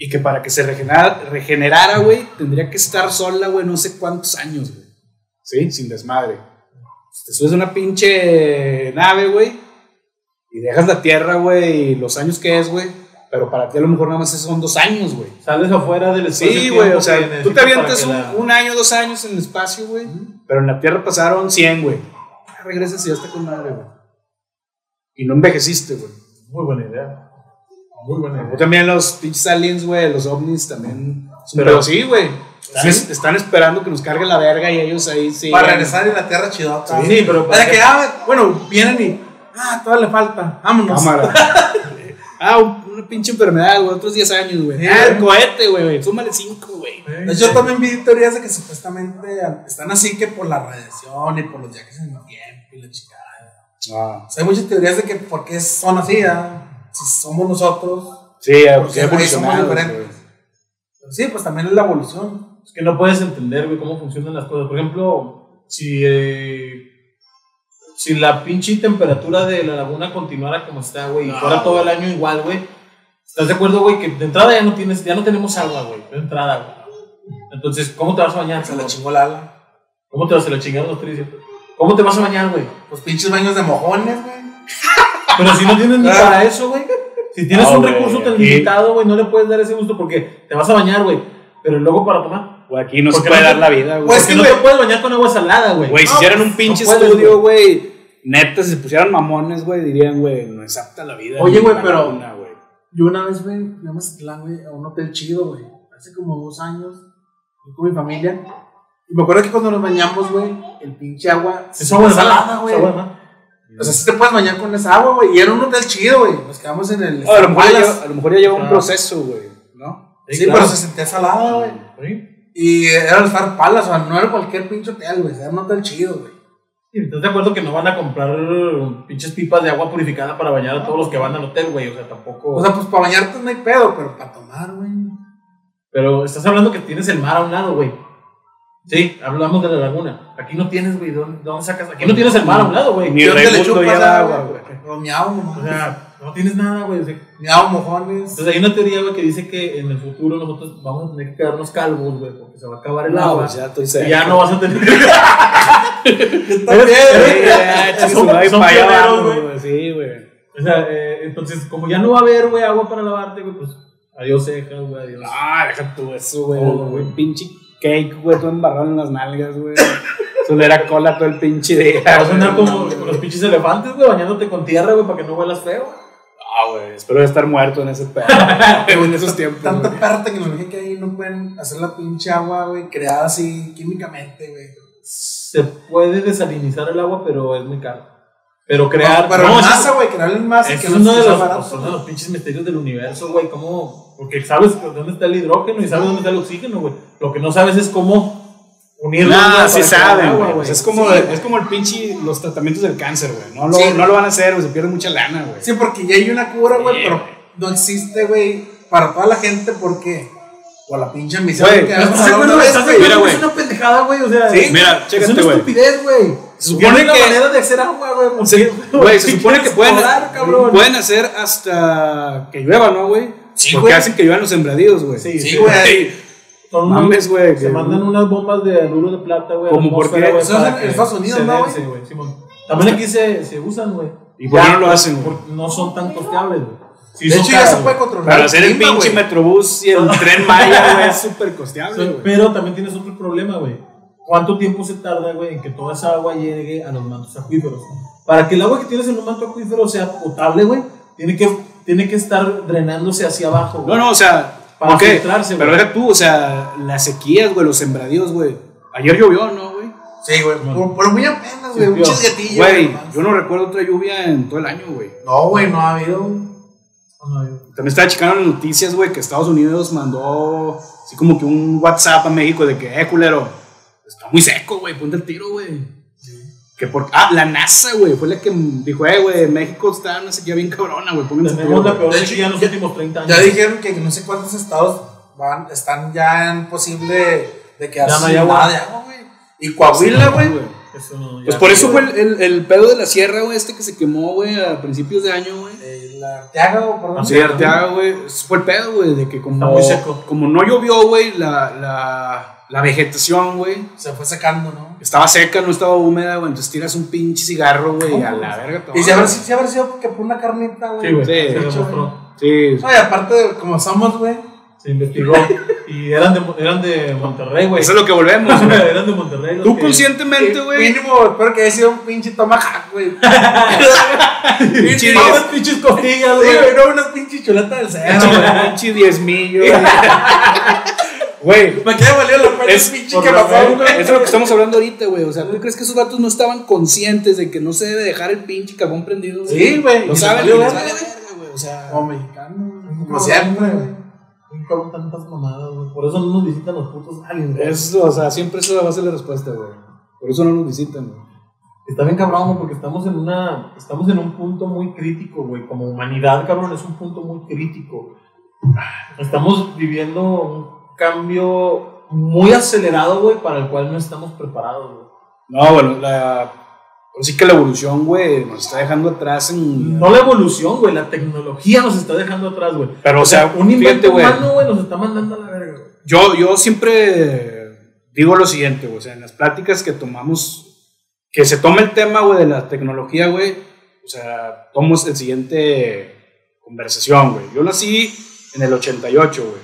Speaker 2: Y que para que se regenera- regenerara, güey, tendría que estar sola, güey, no sé cuántos años, güey. ¿Sí? Sin desmadre. Pues te subes a una pinche nave, güey, y dejas la tierra, güey, y los años que es, güey. Pero para ti a lo mejor nada más son dos años, güey.
Speaker 3: Sales afuera del espacio.
Speaker 2: Sí, güey, o sea, tú te avientas
Speaker 3: vientas
Speaker 2: un, un año, dos años en el espacio, güey. Pero en la Tierra pasaron 100, güey. Ah, Regresas y ya está con madre, güey. Y no envejeciste, güey.
Speaker 3: Muy buena idea. Muy buena
Speaker 2: O
Speaker 3: idea.
Speaker 2: también los pinches aliens, güey, los ovnis también. son-
Speaker 3: Pero-
Speaker 2: Pero sí, güey. Están,
Speaker 3: Sí.
Speaker 2: es- están esperando que nos carguen la verga y ellos ahí sí.
Speaker 1: Para regresar en la tierra chidota.
Speaker 3: Sí, pero
Speaker 1: Para
Speaker 3: para-
Speaker 1: que, ah, bueno, vienen y. Ah, todavía le falta. Vámonos.
Speaker 2: Cámara. ah, un- una pinche enfermedad, güey. Otros 10 años, güey.
Speaker 1: Sí,
Speaker 2: ah, el
Speaker 1: güey.
Speaker 2: cohete, güey. Súmale 5, güey.
Speaker 1: De hecho, Pues yo
Speaker 3: Eh,
Speaker 1: también vi teorías de que supuestamente están así que por la radiación y por los viajes en el tiempo y la chingada.
Speaker 2: Ah,
Speaker 1: O sea, hay muchas teorías de que por qué son así, ah? si somos nosotros.
Speaker 2: sí, porque
Speaker 1: ahí somos
Speaker 2: evolucionaron,
Speaker 1: diferentes.
Speaker 2: güey.
Speaker 1: Pero sí, pues también es la evolución.
Speaker 3: Es que no puedes entender, güey, cómo funcionan las cosas. Por ejemplo, si, eh, si la pinche temperatura de la laguna continuara como está, güey, y
Speaker 2: No.
Speaker 3: fuera todo el año igual, güey, ¿estás de acuerdo, güey, que de entrada ya no, tienes, ya no tenemos agua, güey? De entrada, güey. Entonces, ¿cómo te vas a bañar,
Speaker 1: Se la
Speaker 3: cabrón?
Speaker 1: chingó la ala.
Speaker 3: ¿Cómo te vas a la chingar los tres? ¿Cómo te vas a bañar, güey?
Speaker 1: Los pinches baños de mojones, güey.
Speaker 3: Pero si no tienes ni
Speaker 1: Ah.
Speaker 3: para eso, güey. Si tienes
Speaker 2: No,
Speaker 3: un
Speaker 2: güey,
Speaker 3: recurso tan
Speaker 2: aquí-
Speaker 3: limitado, güey, no le puedes dar ese gusto porque te vas a bañar, güey. Pero luego para tomar.
Speaker 2: Güey, Aquí no se
Speaker 3: Porque
Speaker 2: puede
Speaker 3: no te-
Speaker 2: dar la vida, güey.
Speaker 1: Pues
Speaker 3: Porque
Speaker 1: sí,
Speaker 3: no
Speaker 1: güey.
Speaker 3: te puedes bañar con agua salada, güey.
Speaker 2: Güey, si
Speaker 1: No,
Speaker 2: hicieran
Speaker 3: pues,
Speaker 2: un pinche
Speaker 3: no puedes,
Speaker 2: estudio, güey, neta, si se pusieran mamones, güey, dirían, güey, no es apta la vida.
Speaker 1: Oye,
Speaker 2: ni
Speaker 1: güey,
Speaker 2: para
Speaker 1: pero-
Speaker 2: ninguna, güey.
Speaker 1: Yo una vez, güey, fui a Mazatlán, güey, a un hotel chido, güey. Hace como dos años, fui con mi familia. Y me acuerdo que cuando nos bañamos, güey, el pinche agua.
Speaker 3: Es agua de mar,
Speaker 1: salada,
Speaker 3: es agua de mar.
Speaker 1: O sea, sí te puedes bañar con esa agua, güey. Y era un hotel chido, güey. Nos quedamos en el.
Speaker 2: No, a, lo mejor ya lleva, a lo mejor ya lleva
Speaker 3: Ah.
Speaker 2: un proceso, güey, ¿no?
Speaker 1: Sí,
Speaker 3: claro.
Speaker 1: pero se sentía salada, güey.
Speaker 3: Sí.
Speaker 1: Y era el Star Palace, o sea, no era cualquier pinche hotel, güey. Era un hotel chido, güey.
Speaker 3: Sí, ¿Estás de acuerdo que no van a comprar pinches pipas de agua purificada para bañar a todos los que van al hotel, güey? O sea, tampoco.
Speaker 1: O sea, pues para bañarte no hay pedo, pero para tomar, güey.
Speaker 3: pero estás hablando que tienes el mar a un lado, güey. Sí, hablamos de la laguna. Aquí no tienes, güey. ¿Dónde, dónde sacas? Aquí no tienes el mar a un lado, güey.
Speaker 2: Ni
Speaker 1: ¿De dónde
Speaker 2: Raimundo ya
Speaker 1: ah,
Speaker 2: da agua, güey.
Speaker 1: O miau,
Speaker 3: O
Speaker 1: nomás.
Speaker 3: sea, no tienes nada, güey. O sea,
Speaker 1: Miau, mojones.
Speaker 3: Entonces hay una teoría, güey, que dice que en el futuro nosotros vamos a tener que quedarnos calvos, güey, porque se va a acabar el
Speaker 2: No,
Speaker 3: agua.
Speaker 2: pues ya estoy
Speaker 3: y
Speaker 2: seco.
Speaker 3: ya no vas a tener.
Speaker 2: Sí,
Speaker 1: También,
Speaker 2: ya, chingue su
Speaker 3: Son-
Speaker 2: madre,
Speaker 3: son
Speaker 2: pa' allá
Speaker 3: pioneros,
Speaker 2: vamos,
Speaker 3: güey.
Speaker 2: güey. Sí, güey.
Speaker 3: o sea, eh, entonces, como ya no va a haber, güey, agua para lavarte, güey, pues adiós cejas, güey, adiós.
Speaker 2: Ah, deja tú eso, güey.
Speaker 3: Oh, güey.
Speaker 2: Un pinche cake, güey, todo embarrado en las nalgas, güey. Solera cola todo el pinche día.
Speaker 3: Vas a andar
Speaker 2: güey.
Speaker 3: como con los pinches elefantes, güey, bañándote con tierra, güey, para que no huelas feo.
Speaker 2: Ah, güey, espero estar muerto en ese pedo. en esos tiempos.
Speaker 1: Tanta
Speaker 2: güey.
Speaker 1: perra tecnología que hay, no pueden hacer la pinche agua, güey, creada así químicamente, güey.
Speaker 3: Se puede desalinizar el agua, pero es muy caro. Pero crear.
Speaker 1: Pero
Speaker 3: No,
Speaker 1: en
Speaker 3: eso-
Speaker 1: masa, güey, crearle en masa.
Speaker 3: Ese
Speaker 1: que
Speaker 3: es
Speaker 1: no
Speaker 3: uno
Speaker 1: se
Speaker 3: de
Speaker 1: usa
Speaker 3: los,
Speaker 1: barato.
Speaker 3: pues, uno de los pinches misterios del universo, güey. ¿Cómo? Porque sabes que- dónde está el hidrógeno y sabes dónde está el oxígeno, güey. Lo que no sabes es cómo unirlo.
Speaker 2: No,
Speaker 3: güey,
Speaker 2: sí
Speaker 3: para crear
Speaker 2: saben,
Speaker 3: agua,
Speaker 2: güey. Pues es, como,
Speaker 1: Sí.
Speaker 2: es como el pinche, los tratamientos del cáncer, güey. No, lo-
Speaker 1: Sí.
Speaker 2: no lo van a hacer, güey. Se pierde mucha lana, güey.
Speaker 1: Sí, porque ya hay una cura, güey,
Speaker 2: Sí,
Speaker 1: pero
Speaker 2: güey.
Speaker 1: no existe, güey, para toda la gente porque por la pinche miseria
Speaker 2: Güey,
Speaker 1: que
Speaker 2: ¿no
Speaker 1: habíamos
Speaker 3: ¿Estás de
Speaker 1: hablado
Speaker 3: acuerdo?
Speaker 1: una vez,
Speaker 3: ¿Estás de
Speaker 1: güey.
Speaker 2: este? Mira,
Speaker 3: acuerdo
Speaker 2: güey.
Speaker 3: que Es una pendejada, güey. O sea,
Speaker 2: Sí, mira,
Speaker 3: es
Speaker 2: chécate,
Speaker 3: una
Speaker 2: güey.
Speaker 3: estupidez, güey.
Speaker 2: Se supone
Speaker 3: Es una
Speaker 2: que-
Speaker 3: manera de hacer agua, güey. ¿por
Speaker 2: Sí,
Speaker 3: qué,
Speaker 2: Güey, se
Speaker 3: ¿Qué
Speaker 2: supone que
Speaker 3: quieres
Speaker 2: pueden,
Speaker 3: cobrar, cabrón?
Speaker 2: pueden hacer hasta que llueva, ¿no, güey?
Speaker 1: Sí,
Speaker 2: Porque
Speaker 1: güey.
Speaker 2: hacen que lluevan los sembradíos, güey.
Speaker 3: Sí,
Speaker 1: Sí, güey.
Speaker 3: Son
Speaker 2: Mames,
Speaker 3: unos-
Speaker 2: güey.
Speaker 3: Se
Speaker 2: que-
Speaker 3: mandan unas bombas de aluro de plata, güey. a la
Speaker 2: Como por
Speaker 3: atmósfera,
Speaker 2: qué-
Speaker 3: güey,
Speaker 1: Eso es
Speaker 3: para
Speaker 1: en
Speaker 3: que
Speaker 1: Estados Unidos,
Speaker 3: se
Speaker 1: ¿no, güey?
Speaker 3: dense, Simón. También aquí se, se usan, güey.
Speaker 2: ¿Y por qué no lo hacen, güey?
Speaker 3: Porque no son tan costeables, güey. Sí
Speaker 1: De
Speaker 3: son
Speaker 1: hecho, ya
Speaker 3: caras,
Speaker 1: se
Speaker 3: güey.
Speaker 1: puede controlar.
Speaker 2: Para hacer el
Speaker 1: clima,
Speaker 2: pinche
Speaker 1: güey.
Speaker 2: metrobús y el tren Maya, güey, es súper costeable,
Speaker 3: Sí,
Speaker 2: güey.
Speaker 3: pero también tienes otro problema, güey. ¿Cuánto tiempo se tarda, güey, en que toda esa agua llegue a los mantos acuíferos? Para que el agua que tienes en un manto acuífero sea potable, güey, tiene que, tiene que estar drenándose hacia abajo,
Speaker 2: No,
Speaker 3: güey.
Speaker 2: no, o sea,
Speaker 3: Para
Speaker 2: ok,
Speaker 3: filtrarse, güey.
Speaker 2: Pero deja tú, o sea, las sequías, güey, los sembradíos, güey. Ayer llovió, ¿no, güey?
Speaker 1: Sí, güey, pero, pero muy apenas, güey,
Speaker 3: Sí,
Speaker 1: un
Speaker 3: tío.
Speaker 1: chisguetillo.
Speaker 2: Güey,
Speaker 1: nomás.
Speaker 2: yo no recuerdo otra lluvia en todo el año, güey.
Speaker 1: No, güey, no ha habido.
Speaker 3: No, no,
Speaker 2: También estaba checando las noticias, güey, que Estados Unidos mandó así como que un WhatsApp a México de que, eh, culero, está muy seco, güey, ponte el tiro, güey. Que por... Ah, la NASA, güey, fue la que dijo, eh, güey, México está en una sequía bien cabrona, güey, pónganse tiro,
Speaker 3: Tenemos la
Speaker 2: güey.
Speaker 3: peor
Speaker 1: De hecho,
Speaker 3: sequía en los
Speaker 1: ya-
Speaker 3: últimos 30 años.
Speaker 1: Ya dijeron que no sé cuántos estados van, están ya en posible de
Speaker 3: Ya
Speaker 1: quedarse
Speaker 3: no hay
Speaker 1: sin
Speaker 3: agua.
Speaker 1: nada de agua, güey. Y Coahuila, güey.
Speaker 3: Eso no, ya
Speaker 2: Pues por eso
Speaker 3: no,
Speaker 2: fue el, el, el pedo de la sierra, güey, este que se quemó, güey, a principios de año, güey.
Speaker 1: eh, la Arteaga, o perdón.
Speaker 2: Sí, Arteaga, güey. ese Fue el pedo, güey, de que como,
Speaker 3: Ah, Está muy seco.
Speaker 2: como no llovió, güey, la, la, la vegetación, güey,
Speaker 1: Se fue secando, ¿no?
Speaker 2: estaba seca, no estaba húmeda, güey. Entonces tiras un pinche cigarro, güey, y a la verga todo.
Speaker 1: Y si habrá, si, si habrá sido que por una carnita, güey.
Speaker 3: Sí, güey.
Speaker 2: Sí,
Speaker 3: se
Speaker 2: de
Speaker 1: hecho,
Speaker 3: demostró.
Speaker 2: Sí,
Speaker 1: No, y aparte, de como somos, güey.
Speaker 3: Se investigó. y eran de, eran de Monterrey, güey.
Speaker 1: Pues
Speaker 2: eso es lo que volvemos, güey.
Speaker 3: eran de Monterrey. los
Speaker 2: Tú
Speaker 3: que-
Speaker 2: conscientemente, güey.
Speaker 1: Mínimo, espero que haya sido un pinche tomahawk, güey.
Speaker 2: Pinche
Speaker 1: Mínimo,
Speaker 3: Todas pinches costillas,
Speaker 1: Sí,
Speaker 3: güey.
Speaker 1: güey, no unas pinches chuletas del cerro, güey.
Speaker 2: Pinche diezmillo, güey. Güey,
Speaker 1: Me queda valido la pena
Speaker 2: Es-
Speaker 1: el pinche
Speaker 3: por
Speaker 1: que
Speaker 3: la
Speaker 1: pasó,
Speaker 3: verga.
Speaker 1: güey.
Speaker 2: Eso es lo que estamos hablando ahorita, güey. O sea, ¿tú crees que esos vatos no estaban conscientes de que no se debe dejar el pinche cajón prendido?
Speaker 1: Sí, güey,
Speaker 2: Lo
Speaker 1: y
Speaker 2: saben,
Speaker 1: les
Speaker 2: y
Speaker 1: valió
Speaker 2: les
Speaker 1: verga, Oh,
Speaker 2: vale verga, güey. O sea,
Speaker 1: Como mexicano. Como
Speaker 3: No,
Speaker 1: siempre,
Speaker 3: güey.
Speaker 1: Pues güey.
Speaker 3: Nunca hubo tantas mamadas, güey. Por eso no nos visitan los putos aliens, güey.
Speaker 2: es- o sea, siempre esa va a ser la respuesta, güey. Por eso no nos visitan, güey.
Speaker 3: Está bien cabrón, güey, porque estamos en una. Estamos en un punto muy crítico, güey. Como humanidad, cabrón, es un punto muy crítico. Estamos viviendo un cambio muy acelerado, güey, para el cual no estamos preparados, güey.
Speaker 2: No, bueno, la. Pero sí que la evolución, güey, nos está dejando atrás en.
Speaker 3: No la evolución, güey, la tecnología nos está dejando atrás, güey.
Speaker 2: pero, o sea,
Speaker 3: un invento
Speaker 2: fíjate, güey.
Speaker 3: humano, güey, nos está mandando a la verga, güey.
Speaker 2: Yo, yo siempre digo lo siguiente, güey, o sea, en las pláticas que tomamos, que se toma el tema, güey, de la tecnología, güey, o sea, tomamos el siguiente conversación, güey. Yo nací en el 88, güey,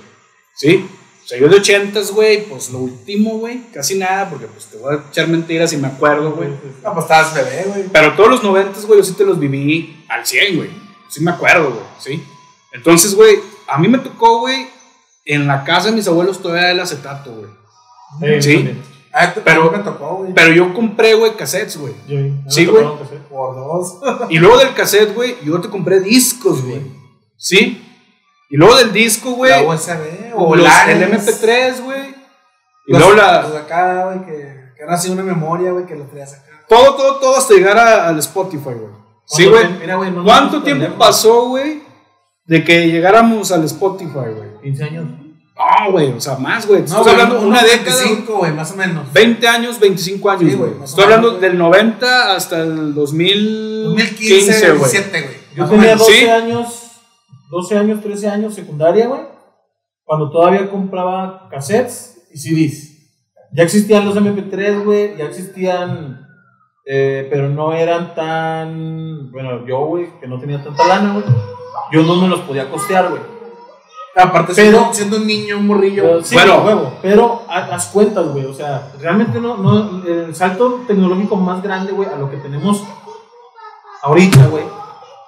Speaker 2: ¿sí? O sea, yo de 80, güey, pues lo último, güey, casi nada, porque pues te voy a echar mentiras si me acuerdo, güey.
Speaker 1: No, pues estabas bebé, güey.
Speaker 2: Pero todos los 90, güey, yo sí te los viví al 100, güey. Sí me acuerdo, güey, ¿sí? Entonces, güey, a mí me tocó, güey, en la casa de mis abuelos todavía el acetato, güey. Sí.
Speaker 3: también.
Speaker 1: Ah, tú-
Speaker 2: Pero-
Speaker 1: me tocó, güey.
Speaker 2: Pero yo compré, güey, cassettes, güey.
Speaker 3: Yo- yo
Speaker 2: Sí,
Speaker 3: me
Speaker 2: güey.
Speaker 3: tocaba que sé.
Speaker 1: Por dos.
Speaker 2: Y luego del cassette, güey, yo te compré discos, güey. ¿Sí? Y luego del disco, güey,
Speaker 1: La USB o
Speaker 2: los-
Speaker 1: la
Speaker 2: el MP3, güey. Y
Speaker 1: Los-
Speaker 2: luego la,
Speaker 1: los acá, güey, que, que era así una memoria, güey, que lo traías acá.
Speaker 2: todo, todo, todo hasta llegar a- al Spotify, güey. Sí,
Speaker 3: ¿Cuánto
Speaker 2: güey.
Speaker 3: tiempo- mira, güey, no nos
Speaker 2: ¿Cuánto
Speaker 3: vamos
Speaker 2: tiempo
Speaker 3: tan lejos.
Speaker 2: pasó, güey, de que llegáramos al Spotify, güey?
Speaker 3: 15 años.
Speaker 2: No, güey, o sea, más, güey. Estamos
Speaker 1: güey,
Speaker 2: hablando
Speaker 1: unos
Speaker 2: una década.
Speaker 1: 25, güey, más o menos.
Speaker 2: 20 años, 25 años,
Speaker 1: Sí,
Speaker 2: güey.
Speaker 1: güey, más o
Speaker 2: Estoy
Speaker 1: menos,
Speaker 2: hablando
Speaker 1: güey.
Speaker 2: del 90 hasta el
Speaker 1: 2015,
Speaker 2: 2015, güey.
Speaker 1: 2017, güey.
Speaker 3: Yo
Speaker 1: más o
Speaker 3: tenía
Speaker 1: menos.
Speaker 3: 12
Speaker 2: Sí.
Speaker 3: años, 12 años, 13 años, secundaria, güey. Cuando todavía compraba cassettes y CDs. Ya existían los MP3, güey, ya existían, eh, pero no eran tan. Bueno, yo, güey, que no tenía tanta lana, güey. Yo no me los podía costear, güey.
Speaker 1: Aparte,
Speaker 3: Pero-
Speaker 1: siendo, siendo un niño, un morrillo.
Speaker 3: Pero, sí,
Speaker 2: Bueno.
Speaker 3: a huevo, pero haz haz cuentas, güey. O sea, realmente no, no. El salto tecnológico más grande, güey, a lo que tenemos ahorita, güey.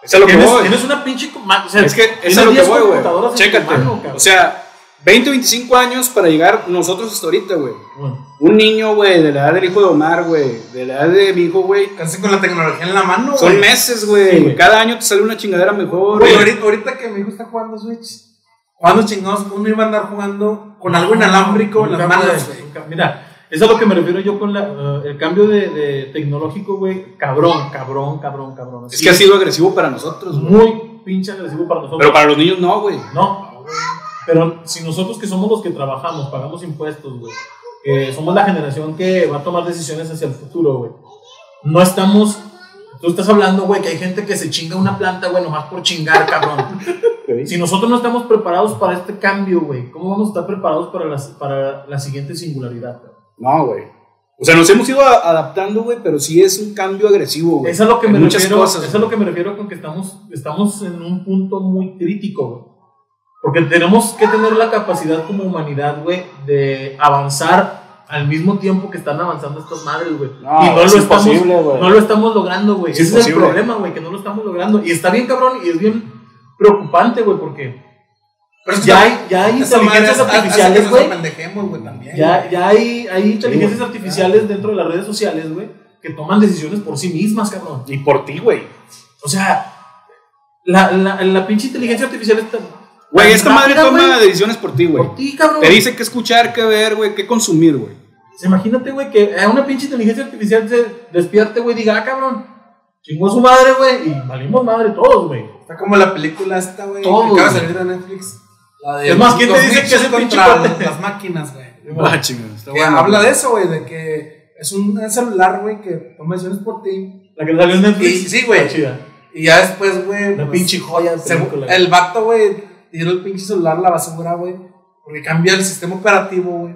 Speaker 2: Es a lo que
Speaker 3: Tienes,
Speaker 2: voy.
Speaker 3: tienes una pinche. com- ma- o sea,
Speaker 2: Es que
Speaker 3: tienes
Speaker 2: es a lo que
Speaker 3: 10
Speaker 2: voy, güey.
Speaker 3: computadoras en tu
Speaker 2: Chécate.
Speaker 3: mano, cabrón.
Speaker 2: O sea, 20, 25 años para llegar nosotros hasta ahorita, güey.
Speaker 3: Bueno,
Speaker 2: Un niño, güey, de la edad del hijo de Omar, güey. De la edad de mi hijo, güey.
Speaker 1: Casi con la tecnología en la mano, güey.
Speaker 2: Son meses, güey.
Speaker 3: Sí, güey.
Speaker 2: Cada año te sale una chingadera mejor,
Speaker 1: Güey,
Speaker 2: güey.
Speaker 1: ahorita, ahorita que mi hijo está jugando Switch, jugando chingados, uno iba a andar jugando con algo inalámbrico en las
Speaker 3: nunca,
Speaker 1: manos,
Speaker 3: güey,
Speaker 1: güey.
Speaker 3: nunca. Mira, es a lo que me refiero yo con la, eh, el cambio de, de tecnológico, güey. Cabrón, cabrón, cabrón, cabrón.
Speaker 2: Es que ha sido agresivo para nosotros, güey.
Speaker 3: muy pinche agresivo para nosotros.
Speaker 2: Pero para los niños no, güey.
Speaker 3: No. Pero si nosotros que somos los que trabajamos, pagamos impuestos, güey, que somos la generación que va a tomar decisiones hacia el futuro, güey. No estamos. Tú estás hablando, güey, que hay gente que se chinga una planta, güey, nomás por chingar, cabrón. si nosotros no estamos preparados para este cambio, güey, ¿cómo vamos a estar preparados para la, para la siguiente singularidad? cabrón?
Speaker 2: No, güey. O sea, nos hemos ido a- adaptando, güey, pero sí es un cambio
Speaker 1: Pues,
Speaker 2: agresivo, güey.
Speaker 3: Eso es lo que
Speaker 2: En
Speaker 3: me
Speaker 2: muchas
Speaker 3: refiero.
Speaker 2: cosas,
Speaker 3: eso es lo que me refiero con que estamos, estamos en un punto muy crítico, güey. Porque tenemos que tener la capacidad como humanidad, güey, de avanzar al mismo tiempo que están avanzando estas madres, güey.
Speaker 2: No,
Speaker 3: y no lo,
Speaker 2: es
Speaker 3: estamos,
Speaker 2: imposible, güey.
Speaker 3: no lo estamos logrando, güey.
Speaker 2: Es
Speaker 3: Ese es el
Speaker 2: imposible.
Speaker 3: problema, güey, que no lo estamos logrando. Y está bien cabrón y es bien preocupante, güey, porque
Speaker 1: Pero es que
Speaker 3: ya hay, ya hay
Speaker 1: esa madre
Speaker 3: inteligencias
Speaker 1: hace- hace que
Speaker 3: artificiales,
Speaker 1: nos
Speaker 3: güey.
Speaker 1: apendejemos, güey, también.
Speaker 3: Ya,
Speaker 1: güey.
Speaker 3: ya hay, hay inteligencias
Speaker 2: güey.
Speaker 3: artificiales dentro de las redes sociales, güey, que toman decisiones por sí mismas, cabrón.
Speaker 2: Y por ti, güey.
Speaker 3: O sea, la, la, la pinche inteligencia artificial está.
Speaker 2: Güey,
Speaker 3: tan
Speaker 2: esta madre
Speaker 3: rápida,
Speaker 2: toma
Speaker 3: güey,
Speaker 2: decisiones por ti, güey.
Speaker 3: Por ti, cabrón.
Speaker 2: Te dice qué escuchar, qué ver, güey, qué consumir, güey.
Speaker 3: Imagínate, güey, que a una pinche inteligencia artificial se despierte, güey, diga, ah, cabrón. Chingó a su madre, güey, y valimos madre todos, güey.
Speaker 1: Está como la película esta, güey, que
Speaker 3: Todo,
Speaker 1: acaba de
Speaker 3: güey.
Speaker 1: salir de Netflix. La de
Speaker 3: Es más, ¿quién te
Speaker 1: los
Speaker 3: dice que
Speaker 1: bichos
Speaker 3: ese pinche pues.
Speaker 1: contra
Speaker 3: cuate-
Speaker 1: las máquinas, güey?
Speaker 2: Ah, chingón, está
Speaker 1: Que
Speaker 2: bueno.
Speaker 1: habla de eso, güey, de que es un celular, güey, que toma decisiones por ti.
Speaker 3: La que salió en Netflix.
Speaker 1: Sí, sí, güey.
Speaker 3: Está chida.
Speaker 1: Y ya después, güey.
Speaker 3: La
Speaker 1: pues,
Speaker 3: pinche joya de
Speaker 1: se-
Speaker 3: película.
Speaker 1: el vato, güey, tiró el pinche celular a la basura, güey. Porque cambia el sistema operativo, güey.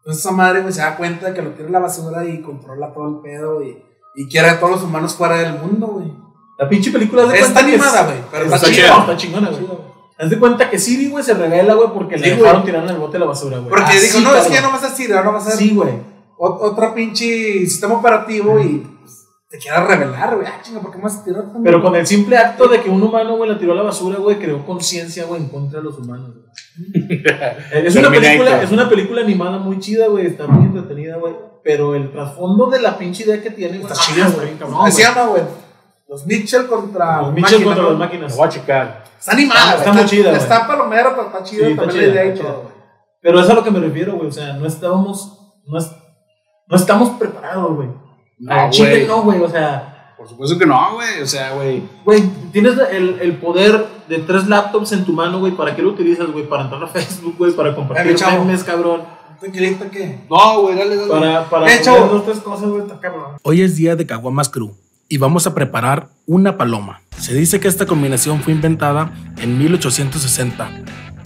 Speaker 1: Entonces esa madre, güey, se da cuenta de que lo tira a la basura y controla todo el pedo, güey. Y quiere a todos los humanos fuera del mundo, güey.
Speaker 3: La pinche película haz de
Speaker 1: Está
Speaker 3: cuenta que
Speaker 1: animada,
Speaker 3: es-
Speaker 1: güey, pero
Speaker 3: está,
Speaker 2: está
Speaker 3: chida.
Speaker 2: chida.
Speaker 3: Está chingona, güey. Haz de cuenta que Siri, güey, se revela, güey, porque
Speaker 1: Sí,
Speaker 3: le
Speaker 1: güey.
Speaker 3: dejaron tirar en el bote de la basura, güey.
Speaker 1: Porque
Speaker 3: Así,
Speaker 1: dijo, no, es que ya no
Speaker 3: cabrón.
Speaker 1: vas a decir, ahora vas a hacer
Speaker 3: Ah, Sí, güey.
Speaker 1: ot- otra pinche sistema operativo y pues, te quiere revelar, güey. Ah, chinga, ¿por qué me vas a tirar tan-
Speaker 3: Pero con el simple acto de que un humano, güey, la tiró a la basura, güey, creó conciencia, güey, en contra de los humanos, güey. es, una
Speaker 2: Terminator.
Speaker 3: película, es una película animada muy chida, güey, está muy entretenida, güey. Pero el trasfondo de la pinche idea que tiene, güey,
Speaker 1: Está chida,
Speaker 3: güey, cabrón,
Speaker 1: Así
Speaker 3: güey.
Speaker 1: llama, güey. Los Mitchell contra.
Speaker 3: pues, Los
Speaker 1: las
Speaker 3: Mitchell
Speaker 1: máquinas,
Speaker 3: contra
Speaker 1: ¿no?
Speaker 3: las
Speaker 2: Lo
Speaker 3: máquinas.
Speaker 2: voy a checar.
Speaker 1: Está animada,
Speaker 3: Está
Speaker 1: güey,
Speaker 3: muy chida, güey.
Speaker 1: Está palomera, pero está chida
Speaker 3: Sí, está
Speaker 1: también la
Speaker 3: chida,
Speaker 1: idea y
Speaker 3: está
Speaker 1: todo, güey.
Speaker 3: Pero es a lo que me refiero, güey. O sea, no estábamos. No, es- no estamos preparados, güey. a
Speaker 2: No,
Speaker 3: Ah, Chile
Speaker 2: güey.
Speaker 3: no, güey. O sea,
Speaker 2: Por supuesto que no, güey. O sea, güey.
Speaker 3: güey, tienes el, el poder de tres laptops en tu mano, güey. ¿Para qué lo utilizas, güey? Para entrar a Facebook, güey. Para
Speaker 1: Eh, mi
Speaker 3: compartir
Speaker 1: chavo.
Speaker 3: memes, cabrón.
Speaker 1: ¿Tú quieres qué?
Speaker 2: No, güey, dale, dale.
Speaker 3: Para, para
Speaker 1: Eh,
Speaker 3: poner
Speaker 1: chavo.
Speaker 3: dos, tres cosas, güey. Está cabrón.
Speaker 4: Hoy es día de Caguamas Crew y vamos a preparar una paloma. Se dice que esta combinación fue inventada en 1860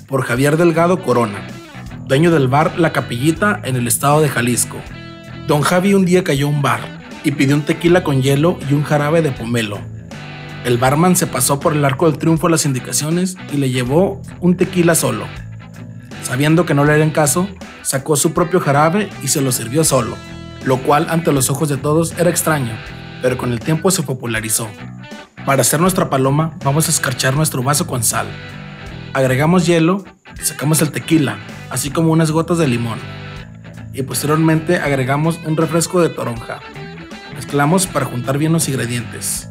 Speaker 4: por Javier Delgado Corona, dueño del bar La Capillita en el estado de Jalisco. Don Javi un día cayó a un bar y pidió un tequila con hielo y un jarabe de pomelo. El barman se pasó por el arco del triunfo a las indicaciones y le llevó un tequila solo. Sabiendo que no le harían caso, sacó su propio jarabe y se lo sirvió solo, lo cual ante los ojos de todos era extraño, pero con el tiempo se popularizó. Para hacer nuestra paloma, vamos a escarchar nuestro vaso con sal. Agregamos hielo, sacamos el tequila, así como unas gotas de limón. Y posteriormente agregamos un refresco de toronja. Mezclamos para juntar bien los ingredientes.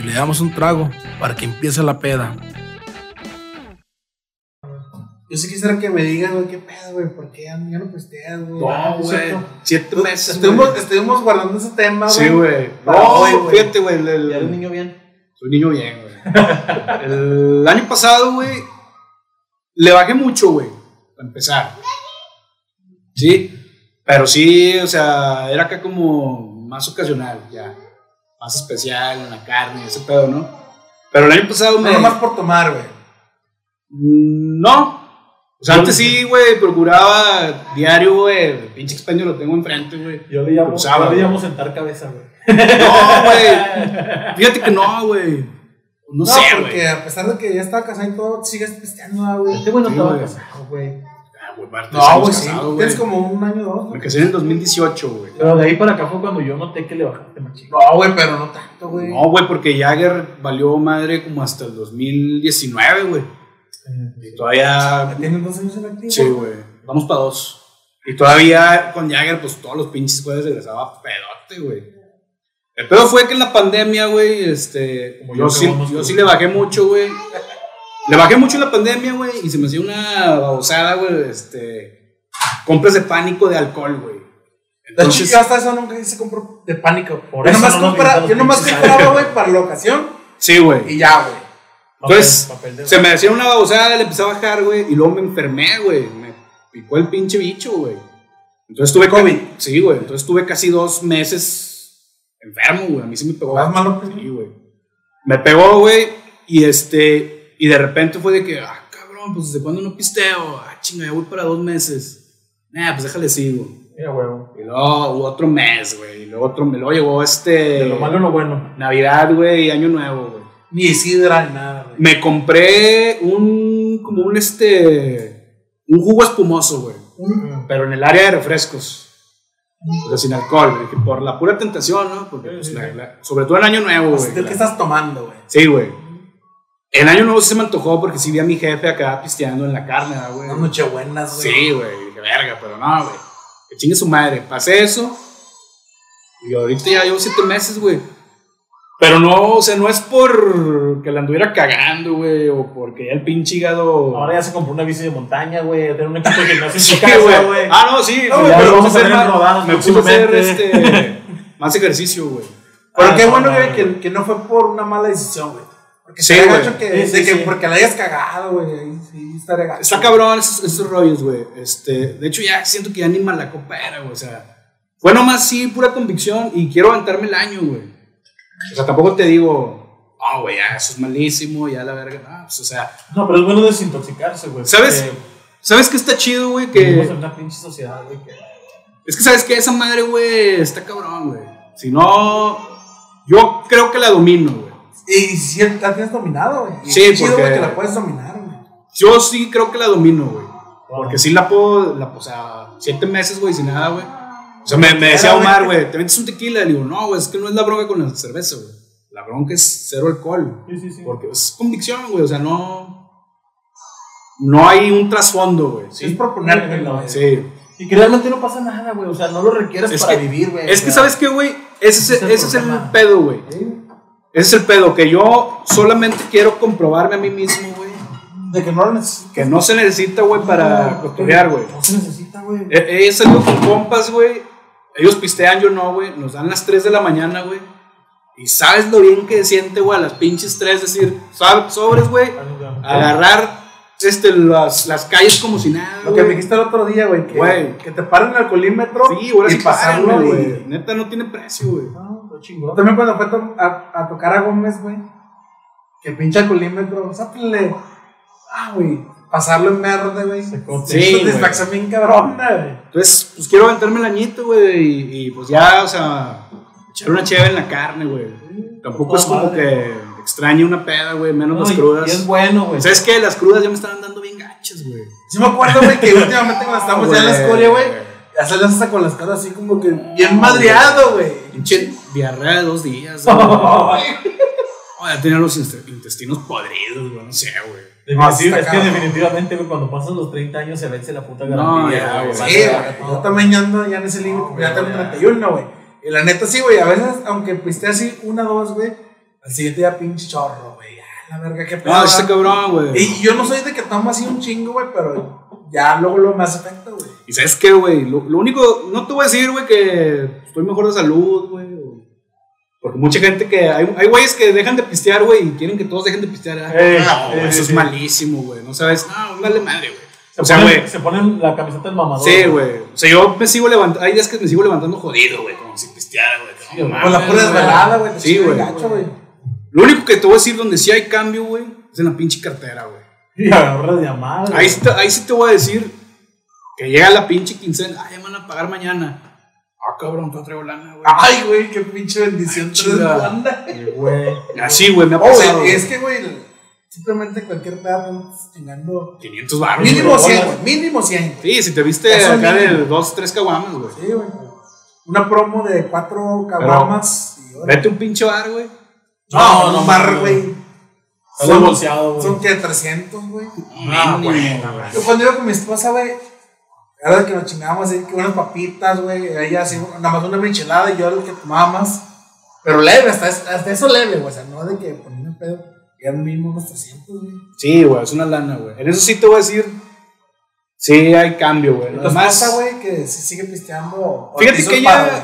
Speaker 4: Y le damos un trago para que empiece la peda.
Speaker 1: Yo sí quisiera que me digan, güey, qué pedo, güey, por qué ya ya no pisteas, güey. Ah,
Speaker 2: No,
Speaker 3: Ah,
Speaker 1: Es
Speaker 2: güey.
Speaker 1: cierto. Pues,
Speaker 2: Siete meses.
Speaker 1: Estuvimos, estuvimos guardando ese tema,
Speaker 2: güey.
Speaker 1: güey.
Speaker 2: Sí, güey.
Speaker 1: Para hoy,
Speaker 2: No,
Speaker 1: güey.
Speaker 2: fíjate, güey. el- el-
Speaker 3: Ya eres niño bien.
Speaker 2: Soy niño bien, güey. El año pasado, güey, le bajé mucho, güey, para empezar. Sí, pero sí, o sea, era acá como más ocasional, ya. Más especial en la carne, ese pedo, ¿no? Pero el año pasado
Speaker 1: No
Speaker 2: me. Mm,
Speaker 1: nomás por tomar, güey.
Speaker 2: No. O sea, antes sí, güey, procuraba diario, güey. El pinche expendio lo tengo enfrente, güey.
Speaker 3: Yo le llamo,
Speaker 2: Usaba,
Speaker 3: yo le
Speaker 2: güey.
Speaker 3: llamo sentar cabeza, güey.
Speaker 2: No, güey. Fíjate que no, güey. No, sé,
Speaker 1: porque
Speaker 2: güey.
Speaker 1: a pesar de que ya estaba casado y todo, sigues pisteando, güey.
Speaker 3: Este güey no
Speaker 2: Sí,
Speaker 3: estaba
Speaker 2: güey.
Speaker 3: casado, güey.
Speaker 2: Ah, güey, aparte,
Speaker 1: No,
Speaker 2: estamos
Speaker 1: güey, sí.
Speaker 2: casados,
Speaker 1: Tienes
Speaker 2: güey.
Speaker 1: como un año o dos,
Speaker 2: Me
Speaker 1: güey.
Speaker 2: casé en el 2018, güey.
Speaker 3: Pero de ahí para acá fue cuando yo noté que le bajaste, machín.
Speaker 1: No, güey, pero no tanto, güey.
Speaker 2: No, güey, porque Jagger valió madre como hasta el 2019, güey. Y
Speaker 1: Ya
Speaker 2: todavía.
Speaker 1: Tienen dos años en activo.
Speaker 2: Sí, güey. Vamos para dos. Y todavía con Jagger, pues todos los pinches jueves regresaba pedote, güey. El pedo fue que en la pandemia, güey, este.
Speaker 3: Como
Speaker 2: yo,
Speaker 3: yo que
Speaker 2: sí,
Speaker 3: vamos
Speaker 2: yo
Speaker 3: tú.
Speaker 2: sí le bajé mucho, güey. Le bajé mucho en la pandemia, güey, y se me hacía una babosada, güey, este. Compras de pánico de alcohol, güey.
Speaker 1: De hecho,
Speaker 2: Entonces-
Speaker 1: yo hasta eso nunca hice compro de pánico.
Speaker 3: Por
Speaker 1: yo
Speaker 3: eso
Speaker 1: nomás,
Speaker 3: no nos
Speaker 1: compra-
Speaker 3: gritamos
Speaker 1: yo nomás
Speaker 3: pinches
Speaker 1: compraba, güey, para la ocasión
Speaker 2: Sí, güey.
Speaker 1: y ya, güey.
Speaker 2: Entonces,
Speaker 3: Papel- papel de-
Speaker 2: Se me hacía una babosada, le empecé a bajar, güey, y luego me enfermé, güey. Me picó el pinche bicho, güey. Entonces tuve
Speaker 1: COVID.
Speaker 2: Sí, güey. Entonces tuve casi dos meses enfermo, güey. A mí sí me pegó.
Speaker 1: Más malo que
Speaker 2: Sí, güey. Me pegó, güey, y este, y de repente fue de que, ah, cabrón, pues desde cuándo no pisteo, ah, chinga, ya voy para dos meses. Nah, pues déjale sigo.
Speaker 3: Mira, huevo.
Speaker 2: Y luego hubo otro mes, güey. Y luego otro, me luego llegó este.
Speaker 3: De lo malo a lo bueno.
Speaker 2: Navidad, güey, y Año Nuevo, güey.
Speaker 1: Ni sidra ni nada, güey.
Speaker 2: Me compré un, como un este, un jugo espumoso, güey. Pero en el área de refrescos. O sea, sin alcohol, güey, que por la pura tentación, ¿no? Porque, pues,
Speaker 3: Sí, sí,
Speaker 2: la- la- sobre todo en Año Nuevo,
Speaker 1: Pues,
Speaker 2: güey.
Speaker 1: ¿de
Speaker 2: la-
Speaker 1: ¿Qué estás tomando, güey?
Speaker 2: Sí, güey. En Año Nuevo sí se me antojó porque sí vi a mi jefe acá pisteando en la carne, ¿verdad, güey.
Speaker 1: Unas nochebuenas, güey.
Speaker 2: Sí, güey, dije, verga, pero no, güey. Que chingue su madre, pasé eso. Y ahorita ya llevo siete meses, güey. Pero no, o sea, no es por que la anduviera cagando, güey, o porque ya el pinche hígado.
Speaker 3: Ahora ya se compró una bici de montaña, güey. Tiene un equipo que no hace
Speaker 2: sí,
Speaker 3: su casa,
Speaker 2: güey.
Speaker 3: güey.
Speaker 2: Ah, no, sí,
Speaker 3: No,
Speaker 2: güey,
Speaker 3: ya
Speaker 2: pero
Speaker 3: lo
Speaker 2: me
Speaker 3: vamos a
Speaker 2: puse
Speaker 3: tener
Speaker 2: más-
Speaker 3: rodados
Speaker 2: Me puse a hacer
Speaker 3: próximamente.
Speaker 2: este, más ejercicio, güey.
Speaker 1: Pero
Speaker 3: Ah,
Speaker 1: qué
Speaker 3: no,
Speaker 1: bueno,
Speaker 3: no,
Speaker 1: güey,
Speaker 3: no.
Speaker 1: que, que no fue por una mala decisión, güey. Porque
Speaker 2: Sí,
Speaker 1: sí,
Speaker 2: güey.
Speaker 1: que,
Speaker 3: Sí,
Speaker 1: de
Speaker 3: sí,
Speaker 1: que
Speaker 3: sí.
Speaker 1: porque la hayas cagado, güey. ahí Sí, estaría gacho.
Speaker 2: Está cabrón esos, esos rollos, güey. Este, de hecho, ya siento que ya ni mala copa era, güey. O sea, fue nomás sí, pura convicción y quiero aventarme el año, güey. O sea, tampoco te digo, ah, güey, ya, eso es malísimo, ya la verga. No, pues, o sea,
Speaker 3: No, pero es bueno desintoxicarse, güey.
Speaker 2: ¿Sabes?
Speaker 3: porque
Speaker 2: ¿sabes qué está chido, güey?
Speaker 3: Vivimos en
Speaker 2: Que,
Speaker 3: una pinche sociedad, güey. que-
Speaker 2: es que sabes que esa madre, güey, está cabrón, güey. Si no, yo creo que la domino, güey.
Speaker 1: Y si la tienes dominado, güey. Y
Speaker 2: Sí,
Speaker 1: qué chido,
Speaker 2: porque-
Speaker 1: güey, que la puedes dominar, güey.
Speaker 2: Yo sí creo que la domino, güey.
Speaker 3: Wow.
Speaker 2: Porque sí la puedo, la, o sea, siete meses, güey, sin nada, güey. O sea, me, me decía
Speaker 1: Claro,
Speaker 2: Omar,
Speaker 1: güey.
Speaker 2: güey, te metes un tequila. Le digo, no, güey, es que no es la bronca con la cerveza, güey. La bronca es cero alcohol.
Speaker 3: Sí, sí, sí.
Speaker 2: Porque es convicción, güey. O sea, no. No hay un trasfondo, güey.
Speaker 1: Es
Speaker 2: Sí.
Speaker 1: proponerte, güey.
Speaker 2: Sí.
Speaker 3: Y que realmente no pasa nada, güey. O sea, no lo requieres
Speaker 2: Es
Speaker 3: para
Speaker 2: que-
Speaker 3: vivir, güey.
Speaker 2: Es que, ¿sabes qué, güey? Ese, es-
Speaker 3: Ese es el
Speaker 2: ese es el
Speaker 3: problema.
Speaker 2: pedo, güey.
Speaker 3: qué?
Speaker 2: Ese es el pedo, que yo solamente quiero comprobarme a mí mismo, güey.
Speaker 1: De que no lo necesitas.
Speaker 2: Que no se necesita, güey, para costurear, güey.
Speaker 3: No se necesita, güey.
Speaker 2: He, he salido con compas, güey. Ellos pistean, yo no, güey. Nos dan las 3 de la mañana, güey. Y sabes lo bien que se siente, güey, a las pinches 3, decir, sab- sobres, güey. Ah, Agarrar este, las, las calles como si nada,
Speaker 1: Lo que me
Speaker 2: güey.
Speaker 1: dijiste el otro día, güey, que,
Speaker 2: Güey.
Speaker 1: que te paren el alcoholímetro
Speaker 2: Sí, ahora
Speaker 1: y
Speaker 2: sí
Speaker 1: pasarlo,
Speaker 2: pasarlo,
Speaker 1: güey.
Speaker 2: güey. Neta, no tiene precio, güey.
Speaker 3: No, lo Ah, chingón.
Speaker 1: También cuando fue to- a, a tocar a Gómez, güey, que pinche alcoholímetro, sáplele. Ah, güey, pasarlo en verde, güey.
Speaker 3: Se corta.
Speaker 2: Sí,
Speaker 1: Sí,
Speaker 2: güey.
Speaker 1: satisfacción bien cabrona, güey.
Speaker 2: Entonces, pues quiero aventarme el añito, güey. Y, y, pues ya, o sea, echar una cheve en la carne, güey. Tampoco
Speaker 3: Toda
Speaker 2: es como
Speaker 3: madre.
Speaker 2: que extrañe una peda, güey. Menos
Speaker 3: No, y-
Speaker 2: las crudas.
Speaker 3: y es bueno, güey.
Speaker 2: ¿Sabes qué? Las crudas ya me estaban dando bien gachas, güey.
Speaker 1: Sí me acuerdo, güey, que últimamente cuando estábamos ya en la escoria, güey, ya salías hasta con las caras así como que bien madreado, güey.
Speaker 2: Pinche diarrea de dos días, güey. Oh, ya tenía los inst- intestinos podridos, güey. No sé, güey.
Speaker 1: No, sí
Speaker 3: Definitiv-
Speaker 1: está
Speaker 3: es que
Speaker 1: cabrón.
Speaker 3: definitivamente, güey, cuando pasas los 30 años se vence la puta
Speaker 2: No,
Speaker 3: garantía,
Speaker 2: ya, güey.
Speaker 3: güey.
Speaker 1: Sí,
Speaker 3: Vale,
Speaker 1: güey,
Speaker 3: vale,
Speaker 1: yo
Speaker 3: todo.
Speaker 1: también ya ando ya en ese límite,
Speaker 3: No,
Speaker 1: ya tengo
Speaker 3: güey, ya.
Speaker 1: 31, güey. Y la neta sí, güey, a veces, aunque piste así una, dos, güey, al siguiente día pinche chorro, güey. Ya, la verga, qué pedo.
Speaker 2: No, sí Ah, está
Speaker 1: ¿verdad?
Speaker 2: cabrón, güey.
Speaker 1: Y yo no soy de que tomo así un chingo, güey, pero ya luego lo más afecta, güey.
Speaker 2: ¿Y sabes qué, güey? Lo, lo único, no te voy a decir, güey, que estoy mejor de salud, güey. o- Porque mucha gente que. Hay hay güeyes que dejan de pistear, güey, y quieren que todos dejen de pistear. ¿ah?
Speaker 3: Eh,
Speaker 2: no, güey,
Speaker 3: eh,
Speaker 2: eso es
Speaker 3: sí.
Speaker 2: malísimo, güey. No sabes. No, vale madre, güey.
Speaker 3: Se
Speaker 2: O sea,
Speaker 3: ponen-
Speaker 2: güey.
Speaker 3: Se ponen la camiseta del mamador.
Speaker 2: Sí, güey. O sea, yo me sigo levantando. Hay días que me sigo levantando jodido, güey. Como si pisteara, güey.
Speaker 3: Sí, güey.
Speaker 2: mames,
Speaker 1: Con la pura
Speaker 2: Ah, güey.
Speaker 1: desvelada, güey. te
Speaker 2: Sí,
Speaker 1: chinga el
Speaker 2: güey.
Speaker 1: gacho, güey.
Speaker 2: Lo único que te voy a decir donde sí hay cambio, güey, es en la pinche cartera, güey.
Speaker 3: Y agarras de amar.
Speaker 2: Ahí, sí te- ahí sí te voy a decir que llega la pinche quincena. Ah, ya me van a pagar mañana. Ah, cabrón, no traigo lana, güey.
Speaker 1: Ay, güey, qué pinche bendición. te
Speaker 2: Chinga.
Speaker 1: desblanda.
Speaker 3: güey.
Speaker 2: Así, güey, me ha
Speaker 1: Oh, güey,
Speaker 2: pasado. güey.
Speaker 1: es que, güey, simplemente cualquier pedazo chingando.
Speaker 2: 500 baros.
Speaker 1: Mínimo
Speaker 2: güey.
Speaker 1: 100, güey. Mínimo 100. güey.
Speaker 2: Sí, si te viste
Speaker 1: Eso es
Speaker 2: acá
Speaker 1: mínimo.
Speaker 2: de dos, tres caguamas, güey.
Speaker 1: Sí, güey. Una promo de cuatro caguamas. y ahora-
Speaker 2: Vete a un pinche bar, güey.
Speaker 1: No, no,
Speaker 3: no,
Speaker 1: mar,
Speaker 3: no.
Speaker 1: güey.
Speaker 3: Algo bolseado, güey.
Speaker 1: Son que 300, güey.
Speaker 2: Ah, güey.
Speaker 1: Yo cuando iba con mi esposa, güey, era de que nos chingábamos así, que unas papitas, güey, ella así, nada más una michelada y yo era el que tomaba más. Pero leve, hasta, es- hasta eso leve, güey, o sea, no de que ponerme pedo, eran mismo unos 300, güey.
Speaker 2: Sí, güey, es una lana, güey. En eso sí te voy a decir. Sí, hay cambio, güey.
Speaker 1: La
Speaker 2: Lo más-
Speaker 1: esposa, güey, que se sigue pisteando. pues,
Speaker 2: Fíjate
Speaker 1: hizo
Speaker 2: que
Speaker 1: el
Speaker 2: ella,
Speaker 1: paro, güey.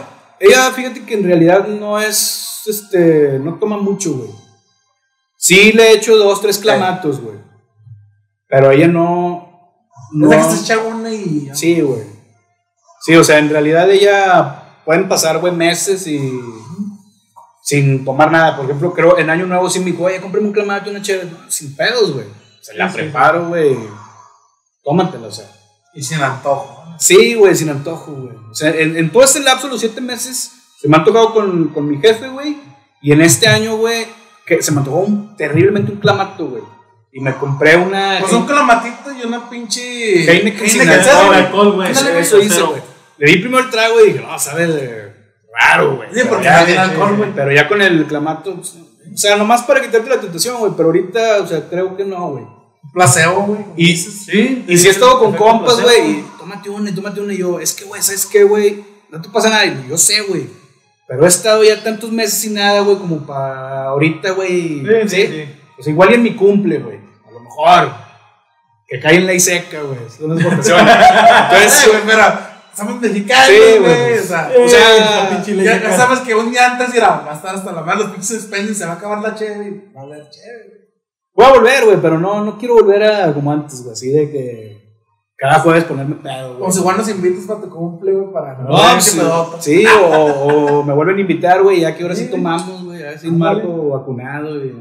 Speaker 2: ella, fíjate que en realidad no es, este, no toma mucho, güey. Sí le he hecho dos, tres clamatos, güey. Pero ella no, no.
Speaker 1: Es la que se echa una y.
Speaker 2: Sí, güey. Sí, o sea, en realidad ella pueden pasar, güey, meses y sin tomar nada. Por ejemplo, creo en Año Nuevo sí me dijo, oye, cómprame un clamato y una chévere. No, sin pedos, güey. Se la
Speaker 3: Sí, sí.
Speaker 2: preparo, güey. Tómatela, o sea.
Speaker 1: Y sin antojo. ¿no?
Speaker 2: Sí, güey, sin antojo, güey. O sea, en, en todo este lapso, los siete meses, se me han tocado con, con mi jefe, güey. Y en este año, güey, que se me antojó un- terriblemente un clamato, güey. Y me compré una.
Speaker 1: Pues un clamatito y una pinche.
Speaker 2: Heineken sin
Speaker 1: ¿sabes,
Speaker 3: No,
Speaker 2: alcohol,
Speaker 1: güey?
Speaker 3: alcohol, güey.
Speaker 2: eso
Speaker 1: Ándale,
Speaker 2: eso
Speaker 3: güey,
Speaker 2: hice,
Speaker 3: cero.
Speaker 2: güey. Le di primero el trago y dije, no, sabe de raro, güey.
Speaker 1: Sí, porque
Speaker 2: ya,
Speaker 1: no tiene
Speaker 2: sí,
Speaker 1: alcohol,
Speaker 2: sí,
Speaker 1: güey.
Speaker 2: Pero ya con el clamato, pues, o sea, nomás para quitarte la tentación, güey. Pero ahorita, o sea, creo que no, güey.
Speaker 1: Placebo, güey.
Speaker 2: Y,
Speaker 3: Sí.
Speaker 2: y si he estado con
Speaker 3: Efecto
Speaker 2: compas,
Speaker 3: placebo.
Speaker 2: güey, y tómate una, y tómate una. Y yo, es que, güey, ¿sabes qué, güey? No te pasa nada. Y yo, yo sé, güey. Pero he estado ya tantos meses sin nada, güey, como para ahorita, güey.
Speaker 3: Sí, sí, sí.
Speaker 2: Pues igual y en mi cumple, güey. A lo mejor. Que cae en ley seca, güey. Eso no es votación.
Speaker 1: Ay,
Speaker 2: Entonces,
Speaker 1: güey, pero somos mexicanos,
Speaker 2: Sí,
Speaker 1: güey.
Speaker 2: güey.
Speaker 1: O sea,
Speaker 2: O sea,
Speaker 3: Esa
Speaker 1: ya,
Speaker 3: pinche leyenda.
Speaker 1: ya sabes que un día antes irá a gastar hasta la madre los pinches expendios, se va a acabar la cheve y va a valer cheve, güey.
Speaker 2: Voy a volver, güey, pero no, no quiero volver a como antes, güey, así de que cada jueves ponerme pedo, güey.
Speaker 1: O si igual nos invitas para tu cumple, güey, para
Speaker 2: No, pues
Speaker 1: ver qué
Speaker 2: Ah, sí,
Speaker 1: pedota.
Speaker 2: sí, o, o me vuelven a invitar, güey, ya que ahora sí
Speaker 1: Sí.
Speaker 2: tomamos, güey, a ver si
Speaker 1: Ándale.
Speaker 2: Marco vacunado, güey.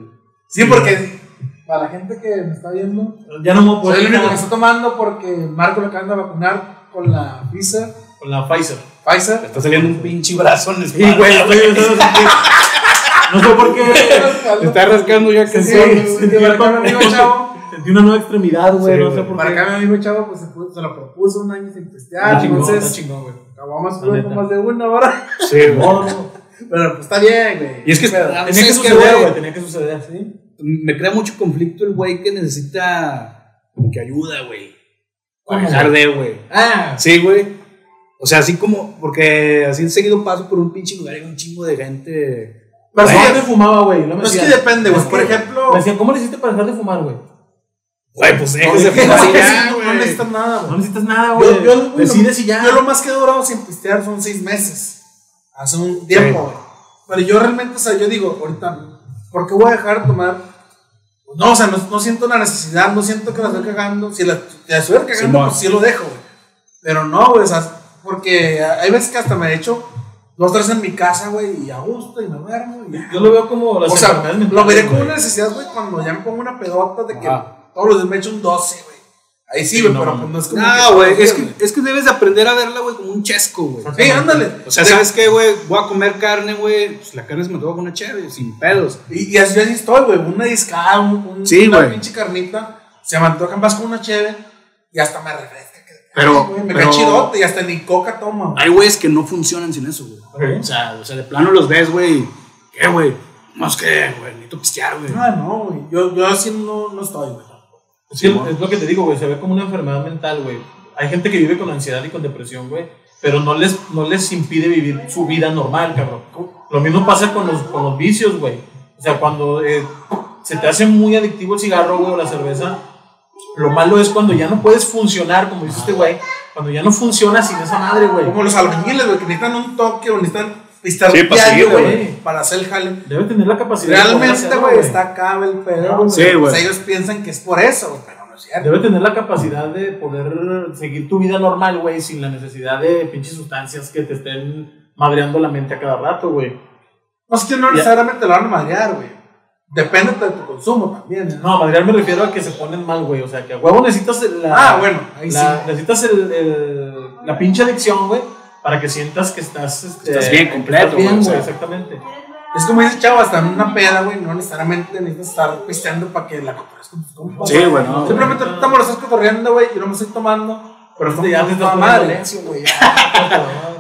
Speaker 1: Sí, porque para la gente que me está viendo,
Speaker 3: Ya no me voy a
Speaker 1: soy
Speaker 3: poder
Speaker 1: el
Speaker 3: ir
Speaker 1: único que
Speaker 3: con-
Speaker 1: está tomando porque Marco lo acaban de vacunar con la Pfizer.
Speaker 3: con la Pfizer.
Speaker 2: Le
Speaker 1: Pfizer.
Speaker 2: está saliendo un pinche brazo en la
Speaker 3: Sí,
Speaker 2: espalda,
Speaker 3: güey, estoy pensando así que- No sé por qué.
Speaker 2: Te está rascando ya que
Speaker 1: Sí,
Speaker 2: sí.
Speaker 1: sí,
Speaker 3: sí,
Speaker 1: sí,
Speaker 3: sí,
Speaker 1: para acá mi
Speaker 3: sí.
Speaker 1: amigo chavo,
Speaker 3: Sentí una nueva extremidad, güey.
Speaker 2: Sí,
Speaker 3: no sé
Speaker 2: güey.
Speaker 3: por
Speaker 1: para
Speaker 3: qué.
Speaker 1: acá mi amigo chavo, pues se, puso- se lo propuso un año sin
Speaker 3: Está
Speaker 1: testear,
Speaker 3: chingón, está
Speaker 1: entonces
Speaker 3: chingón, güey.
Speaker 1: acabamos
Speaker 3: La
Speaker 1: con
Speaker 3: neta.
Speaker 1: más de una hora,
Speaker 2: güey.
Speaker 3: No, no.
Speaker 1: pero pues está bien, güey.
Speaker 2: Y es que
Speaker 1: Pero-
Speaker 2: está-
Speaker 3: Tenía que
Speaker 2: Es que,
Speaker 3: suceder,
Speaker 2: güey,
Speaker 3: güey. Tenía que suceder, sí.
Speaker 2: Me crea mucho conflicto el güey que necesita como que ayuda, güey. Para
Speaker 3: ¿Cómo,
Speaker 2: dejar de, güey.
Speaker 3: Ah,
Speaker 2: Sí, güey. O sea, así como, porque así seguido paso por un pinche lugar y hay un chingo de gente.
Speaker 3: Pero sí,
Speaker 2: Güey.
Speaker 3: ya me fumaba, güey. No
Speaker 1: Pero
Speaker 3: me
Speaker 1: Pues, es que
Speaker 3: decían.
Speaker 1: depende,
Speaker 3: Es
Speaker 1: güey. Por
Speaker 3: que-
Speaker 1: ejemplo,
Speaker 3: Me decían, ¿cómo le hiciste para dejar de fumar, güey?
Speaker 2: Güey, pues
Speaker 1: es
Speaker 2: déjese
Speaker 1: que
Speaker 2: fumar
Speaker 1: no,
Speaker 2: ya,
Speaker 1: no
Speaker 2: güey.
Speaker 1: necesitas nada,
Speaker 3: No
Speaker 1: güey.
Speaker 3: necesitas nada,
Speaker 1: Yo-
Speaker 3: güey.
Speaker 1: yo- bueno,
Speaker 3: Decides y ya.
Speaker 1: Yo lo más que he durado sin pistear son seis meses. Hace un tiempo, güey. Pero yo realmente, o sea, yo digo, ahorita, ¿por qué voy a dejar de tomar? Pues No, o sea, no, no siento la necesidad, no siento que la estoy cagando. Si la, la estoy cagando,
Speaker 2: Simón.
Speaker 1: pues sí lo dejo, güey. Pero no, güey, o sea, porque hay veces que hasta me he hecho dos, tres en mi casa, güey, y a gusto, y me duermo, y ya.
Speaker 3: Yo lo veo como las
Speaker 1: O sea,
Speaker 3: enfermedades mentales,
Speaker 1: lo veré como
Speaker 3: Pues güey.
Speaker 1: una necesidad, güey, cuando ya me pongo una pedota de que
Speaker 2: Ajá.
Speaker 1: todos los días me echo un 12, güey. Ahí sí,
Speaker 3: Sí,
Speaker 1: güey,
Speaker 3: no,
Speaker 1: pero
Speaker 3: no.
Speaker 1: pues no es como.
Speaker 2: No,
Speaker 1: todos
Speaker 2: güey,
Speaker 1: los
Speaker 2: es
Speaker 1: días,
Speaker 2: que, es que debes de aprender a verla, güey, como un chesco, güey.
Speaker 1: Sí, ándale.
Speaker 2: O sea,
Speaker 1: De-
Speaker 2: ¿sabes qué, güey? Voy a comer carne, güey. Pues la carne se me toca con una chévere, sin pedos.
Speaker 1: Y, y así, así estoy, güey. Una discada, un, un-
Speaker 2: Sí,
Speaker 1: una
Speaker 2: güey.
Speaker 1: pinche carnita. Se me antojan más con una cheve y hasta me refresca. que-
Speaker 2: Pero-
Speaker 1: Ay, güey, me cae
Speaker 2: pero-
Speaker 1: chidote y hasta ni coca toma. güey.
Speaker 2: Hay güeyes que no funcionan sin eso, güey.
Speaker 3: Ok.
Speaker 2: O sea, o sea, de plano los ves, güey. ¿Qué, güey? Más que, güey, necesito pistear, güey.
Speaker 1: Ah, no, güey. Yo, yo así no, no estoy, güey.
Speaker 3: Es, que
Speaker 2: Simón.
Speaker 3: es lo que te digo, güey, se ve como una enfermedad mental, güey. Hay gente que vive con ansiedad y con depresión, güey, pero no les, no les impide vivir su vida normal, cabrón. Lo mismo pasa con los, con los vicios, güey. O sea, cuando eh, se te hace muy adictivo el cigarro, güey, o la cerveza, lo malo es cuando ya no puedes funcionar, como dice este güey, cuando ya no funcionas sin esa madre, güey.
Speaker 1: Como los albañiles, güey, que necesitan un toque o necesitan pistar
Speaker 2: Sí, para
Speaker 1: diario,
Speaker 2: seguirle,
Speaker 1: güey,
Speaker 3: güey.
Speaker 1: para hacer el jale.
Speaker 3: Debe tener la capacidad de poder
Speaker 1: Realmente,
Speaker 3: hacerlo,
Speaker 1: güey, está acá el pedo, güey.
Speaker 2: Sí, güey.
Speaker 1: O sea, ellos piensan que es por eso, güey, pero no es cierto.
Speaker 3: Debe tener la capacidad de poder seguir tu vida normal, güey, sin la necesidad de pinches sustancias que te estén madreando la mente a cada rato, güey.
Speaker 1: No es que no necesariamente lo van a madrear, güey. Depende de tu consumo también, ¿no?
Speaker 3: No, madrear me refiero a que se ponen mal, güey. O sea, que a huevo necesitas la.
Speaker 1: Ah, bueno, ahí
Speaker 3: la-
Speaker 1: sí.
Speaker 3: Necesitas el, el- la pinche adicción, güey, para que sientas que estás. este,
Speaker 2: Estás bien
Speaker 3: que
Speaker 2: completo,
Speaker 3: estás bien,
Speaker 2: güey, o
Speaker 3: güey,
Speaker 2: sea.
Speaker 3: exactamente.
Speaker 1: Es como dice Chavo, hasta en una peda, güey, no necesariamente necesitas estar pisteando para que la cotorrees con tus compas.
Speaker 2: Sí, güey, no, güey.
Speaker 1: Simplemente ahorita me lo estás cotorreando, güey, y no me estoy tomando. Pero esto
Speaker 3: Ya
Speaker 1: ya
Speaker 3: te
Speaker 1: te
Speaker 3: estás
Speaker 1: está
Speaker 3: poniendo
Speaker 1: madre.
Speaker 3: necio, güey, ya.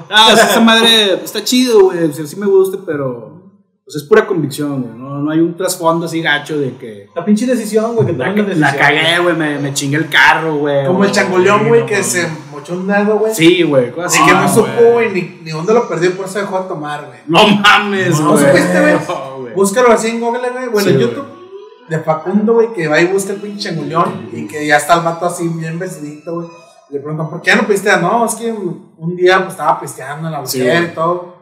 Speaker 2: Ah, o sea, esa madre está chido, güey. O sea, sí me gusta, pero pues es pura convicción, güey. No, no hay un trasfondo así gacho de que
Speaker 3: La pinche decisión, güey, que
Speaker 2: la,
Speaker 3: tomen la,
Speaker 2: la
Speaker 3: decisión.
Speaker 2: cagué, güey, me, me chingué el carro, güey.
Speaker 1: Como el changoleón,
Speaker 3: Sí,
Speaker 1: güey,
Speaker 3: no
Speaker 1: que
Speaker 3: mames.
Speaker 1: se mochó un dedo, güey.
Speaker 2: Sí, güey, cosas
Speaker 1: Así
Speaker 2: así.
Speaker 1: que no
Speaker 2: Ah, güey.
Speaker 1: supo, güey, ni, ni dónde lo perdió, por eso dejó de tomar, güey.
Speaker 2: No mames,
Speaker 3: No,
Speaker 2: güey.
Speaker 1: supiste, güey.
Speaker 2: No, güey.
Speaker 1: Búscalo así en Google, güey. Bueno,
Speaker 2: Sí,
Speaker 1: en
Speaker 2: güey.
Speaker 1: YouTube de Facundo, güey, que va y busca el pinche changoleón y que ya está el vato así bien vestidito, güey. Le preguntan, ¿por qué ya no pisteas? No, es que un un día pues, estaba pisteando en la
Speaker 2: Sí,
Speaker 1: mujer
Speaker 2: güey.
Speaker 1: y todo.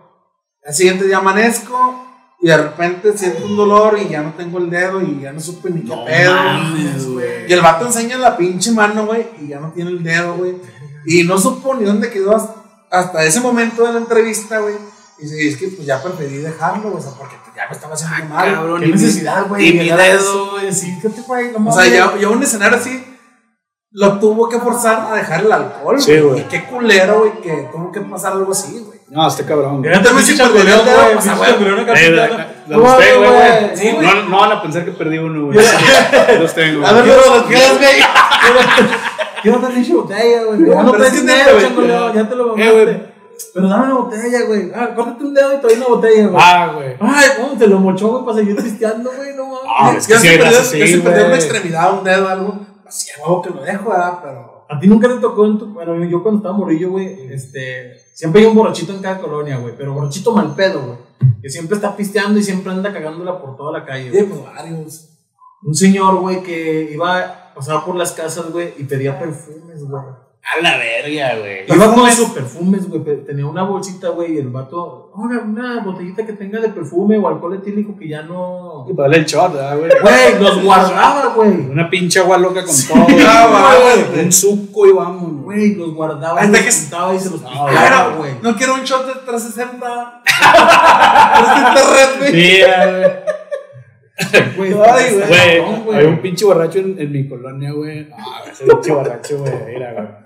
Speaker 1: Al siguiente día amanezco y de repente siento un dolor y ya no tengo el dedo y ya no supe ni qué
Speaker 2: No
Speaker 1: pedo.
Speaker 2: mames, güey.
Speaker 1: Y el vato enseña la pinche mano, güey, y ya no tiene el dedo, güey. Y no supo ni dónde quedó hasta- hasta ese momento de la entrevista, güey. Y dice, es que pues ya preferí dejarlo, güey, o sea, porque pues, ya me estaba haciendo mal.
Speaker 2: cabrón,
Speaker 3: Qué
Speaker 2: y mi-
Speaker 3: necesidad, güey.
Speaker 2: y mi
Speaker 3: llegar a
Speaker 2: dedo,
Speaker 3: eso, güey. Sí, ¿qué te güey? No
Speaker 1: O sea,
Speaker 3: mames.
Speaker 1: ya, ya un escenario así lo tuvo que forzar a dejar el alcohol,
Speaker 2: Sí,
Speaker 1: güey.
Speaker 2: güey.
Speaker 1: Y qué culero, güey, que tuvo que pasar algo así, güey.
Speaker 2: No, está cabrón, güey.
Speaker 3: Era también
Speaker 1: Pinche
Speaker 3: pinche changoleón,
Speaker 1: changoleón,
Speaker 3: güey,
Speaker 1: o sea,
Speaker 3: pinche
Speaker 1: güey.
Speaker 3: changoleón acá
Speaker 2: Eh, la-
Speaker 3: pintando.
Speaker 2: la-
Speaker 3: No
Speaker 2: los tengo,
Speaker 3: mames,
Speaker 2: güey.
Speaker 3: güey. Sí, güey.
Speaker 2: No, no van a pensar que perdí uno, güey. Los tengo, güey.
Speaker 3: A ver, pero los
Speaker 1: quieres, güey.
Speaker 3: Quiero otra pinche botella, güey. Ya no
Speaker 1: Pero es
Speaker 3: traes
Speaker 1: que
Speaker 3: dinero,
Speaker 1: neta,
Speaker 3: changoleón. Ya te lo
Speaker 2: Eh, güey.
Speaker 3: mamaste. Pero dame una botella, güey. Ah, córtate un dedo y te doy una botella, güey.
Speaker 2: Ah, güey.
Speaker 3: Ay, cómo te lo mochó, güey, para seguir pisteando, güey. No
Speaker 2: Ah,
Speaker 3: mames.
Speaker 2: es que
Speaker 1: ya
Speaker 2: sí
Speaker 1: se
Speaker 2: hay
Speaker 1: perdió,
Speaker 2: razas,
Speaker 1: ya
Speaker 2: sí,
Speaker 1: se perdió una
Speaker 2: güey.
Speaker 1: extremidad, un dedo, algo. Así, a huevo que lo dejo, ¿verdad? Pero.
Speaker 3: A ti nunca te tocó en tu. Bueno, yo cuando estaba morrillo, güey, este. Siempre hay un borrachito en cada colonia, güey. Pero borrachito mal pedo, güey. Que siempre está pisteando y siempre anda cagándola por toda la
Speaker 1: Sí,
Speaker 3: calle, güey.
Speaker 1: pues varios.
Speaker 3: Un señor, güey, que iba a pasar por las casas, güey, y pedía perfumes, güey.
Speaker 2: A la verga, güey.
Speaker 3: Iba con
Speaker 1: Perfumes.
Speaker 3: sus perfumes, güey. pero Tenía una bolsita, güey, y el vato. Ahora, una botellita que tenga de perfume o alcohol etílico que ya no.
Speaker 2: Y para darle el shot, ¿verdad, güey.
Speaker 3: Güey, los guardaba, güey.
Speaker 2: Una pinche agua loca con todo. güey.
Speaker 1: Ah, güey.
Speaker 2: Un suco y vámonos, güey.
Speaker 3: Güey, los guardaba.
Speaker 1: Hasta
Speaker 3: los
Speaker 1: que-
Speaker 3: juntaba y se los
Speaker 2: No,
Speaker 3: picaba, güey.
Speaker 1: No quiero un shot de 360. 360 red, güey.
Speaker 2: Sí, ya, güey.
Speaker 3: Güey,
Speaker 1: Ay,
Speaker 3: está
Speaker 2: Güey,
Speaker 3: cabrón,
Speaker 2: hay un pinche borracho en, en mi colonia, güey. Ah, ese pinche borracho, güey, era, güey.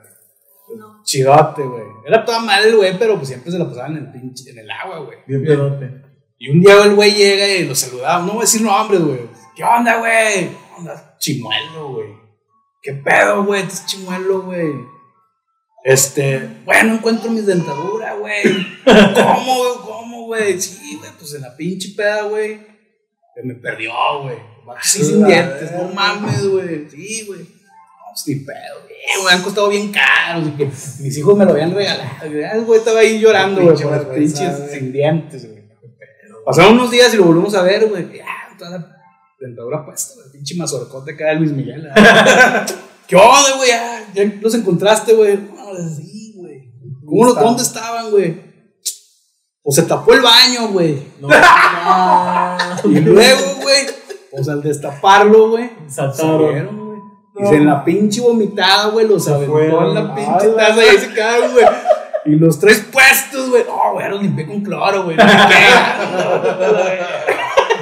Speaker 2: Chidote, güey. Era toda madre el güey, pero pues siempre se la pasaban en el pinche, en el agua, güey.
Speaker 3: Bien pedote.
Speaker 2: Y un día el güey llega y lo saludaba. No voy a decir nombres, güey. ¿Qué onda, güey? ¿Qué onda? Chimuelo, güey. ¿Qué pedo, güey? Este es chimuelo, güey. Este, güey, no encuentro mis dentaduras, güey. ¿Cómo, güey? ¿Cómo, güey? Sí, güey, pues en la pinche peda, güey. Se me perdió, güey. Así sin
Speaker 1: La
Speaker 2: dientes,
Speaker 1: verga.
Speaker 2: no mames, güey. Sí, güey. No, pues ni pedo, güey. Me han costado bien caros. y que Mis hijos me lo habían regalado. güey. Ah, El güey estaba ahí llorando, güey,
Speaker 1: Pinche
Speaker 2: por las
Speaker 1: vergüenza,
Speaker 2: pinches
Speaker 1: güey.
Speaker 2: sin dientes, güey. Pasaron unos días y lo volvimos a ver, güey. que, Ah, toda la dentadura puesta, el pinche mazorcote acá de Luis Miguel. ah. ¿Qué onda, güey? Ah, ya los encontraste, güey. No, sí, güey. ¿Cómo los-
Speaker 1: estaban?
Speaker 2: ¿Dónde estaban, güey? Pues se tapó el baño, güey.
Speaker 3: No, no.
Speaker 2: Y luego, güey, pues al destaparlo, güey,
Speaker 3: Saltaron.
Speaker 2: salieron, güey. Y se en la pinche vomitada, güey, los aventó en
Speaker 1: fueron.
Speaker 2: la pinche taza y ahí se quedaron, güey. Y los tres puestos, güey. Oh, güey, los limpié con cloro, güey. No sé qué.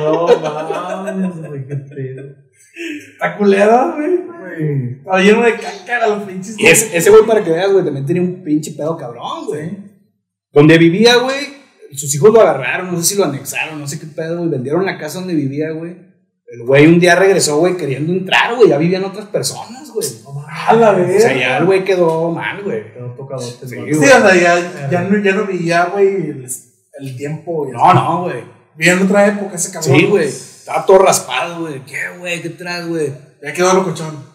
Speaker 3: No mames, güey, qué pedo.
Speaker 1: Está culera, güey.
Speaker 3: Güey.
Speaker 1: Está lleno de caca a los pinches.
Speaker 2: Y ese, ese güey, para que veas, güey, también tenía un pinche pedo cabrón, güey. Donde vivía, güey, sus hijos lo agarraron, no sé si lo anexaron, no sé qué pedo, güey. Vendieron la casa donde vivía, güey. El güey un día regresó, güey, queriendo entrar, güey. Ya vivían otras personas, güey.
Speaker 1: A la
Speaker 2: O sea,
Speaker 1: vez.
Speaker 2: ya el güey quedó mal, güey.
Speaker 3: Quedó tocadote,
Speaker 2: Sí,
Speaker 3: el
Speaker 1: Sí, o
Speaker 3: vato.
Speaker 2: güey.
Speaker 1: sea, ya, ya, no, ya no veía, güey, el, el tiempo. güey.
Speaker 2: No, no, güey.
Speaker 1: Vivía en otra época ese cabrón.
Speaker 2: Sí, güey. Estaba todo raspado, güey. ¿Qué, güey? ¿Qué traes, güey?
Speaker 1: Ya quedó locochón.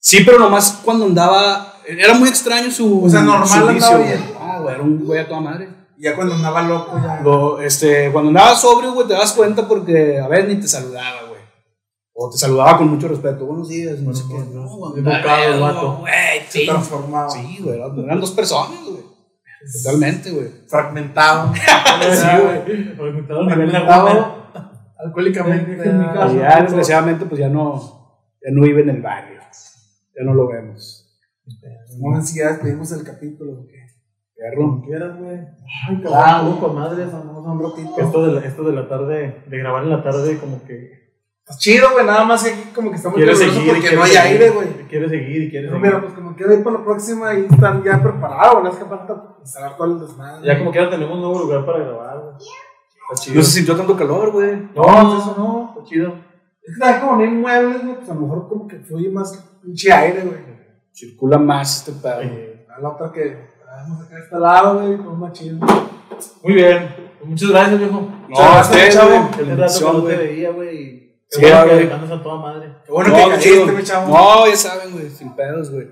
Speaker 2: Sí, pero nomás cuando andaba. Era muy extraño su.
Speaker 1: O sea, normal
Speaker 2: su vicio,
Speaker 1: andaba
Speaker 2: güey.
Speaker 1: bien.
Speaker 2: No, güey, era un güey a toda madre.
Speaker 1: Ya cuando andaba loco, ya.
Speaker 2: Lo- este, cuando andabas sobrio, güey, te das cuenta porque a ver ni te saludaba, güey. O te saludaba con mucho respeto. Buenos días, no sé qué.
Speaker 3: Buenos días.
Speaker 2: No, güey,
Speaker 3: pues, Educado
Speaker 2: vale,
Speaker 3: el vato.
Speaker 2: no, güey,
Speaker 1: se
Speaker 2: sí.
Speaker 1: transformaba.
Speaker 2: Sí, güey, eran, eran dos personas, güey. Totalmente, güey.
Speaker 1: Fragmentado.
Speaker 3: Sí, güey. Fragmentado a nivel de Walmart.
Speaker 1: Fragmentado. Alcohólicamente.
Speaker 3: En mi
Speaker 1: ya.
Speaker 3: casa.
Speaker 2: Y ya, desgraciadamente, pues ya no, ya no vive en el barrio. Ya no lo vemos.
Speaker 1: Pues, No, si ya despedimos el capítulo. ¿o qué?
Speaker 2: Perro.
Speaker 3: Quieras, güey. Ay,
Speaker 1: Ah,
Speaker 3: cabrón, con madre, esa
Speaker 1: Vamos a un ratito.
Speaker 3: Esto de, la, esto de la tarde, de grabar en la tarde, como que.
Speaker 1: Está Pues, Chido, güey, nada más que aquí como que estamos
Speaker 3: Quiere
Speaker 1: nerviosos
Speaker 3: seguir.
Speaker 1: porque
Speaker 3: quiere
Speaker 1: no hay
Speaker 3: seguir,
Speaker 1: aire, güey.
Speaker 3: Quiere seguir y quiere
Speaker 1: Pero,
Speaker 3: seguir.
Speaker 1: mira, pues como que ir para la próxima y están ya preparados, no es que falta instalar todo el desmadre.
Speaker 3: Ya como que ya tenemos un nuevo lugar para grabar, güey. Está chido.
Speaker 2: No se sintió tanto calor, güey.
Speaker 3: No, eso no, está chido.
Speaker 1: Es que también como no hay muebles, güey, pues a lo mejor como que fluye más pinche aire, güey.
Speaker 2: Circula más este pedo.
Speaker 3: Eh,
Speaker 1: A la otra que vamos acá a este lado, güey, con más chido.
Speaker 3: Muy bien. Muchas gracias, viejo.
Speaker 2: No, a ustedes,
Speaker 1: chavo.
Speaker 2: güey.
Speaker 3: Hace
Speaker 2: Que la
Speaker 3: rato que
Speaker 2: bendición,
Speaker 3: no te
Speaker 2: güey.
Speaker 3: veía, güey. Qué
Speaker 2: Sí,
Speaker 3: bueno que
Speaker 2: güey.
Speaker 3: andas a toda madre.
Speaker 1: Qué bueno
Speaker 2: No,
Speaker 1: que
Speaker 2: qué
Speaker 1: caíste,
Speaker 2: chido.
Speaker 1: mi chavo.
Speaker 2: No, ya saben, güey, sin pedos, güey.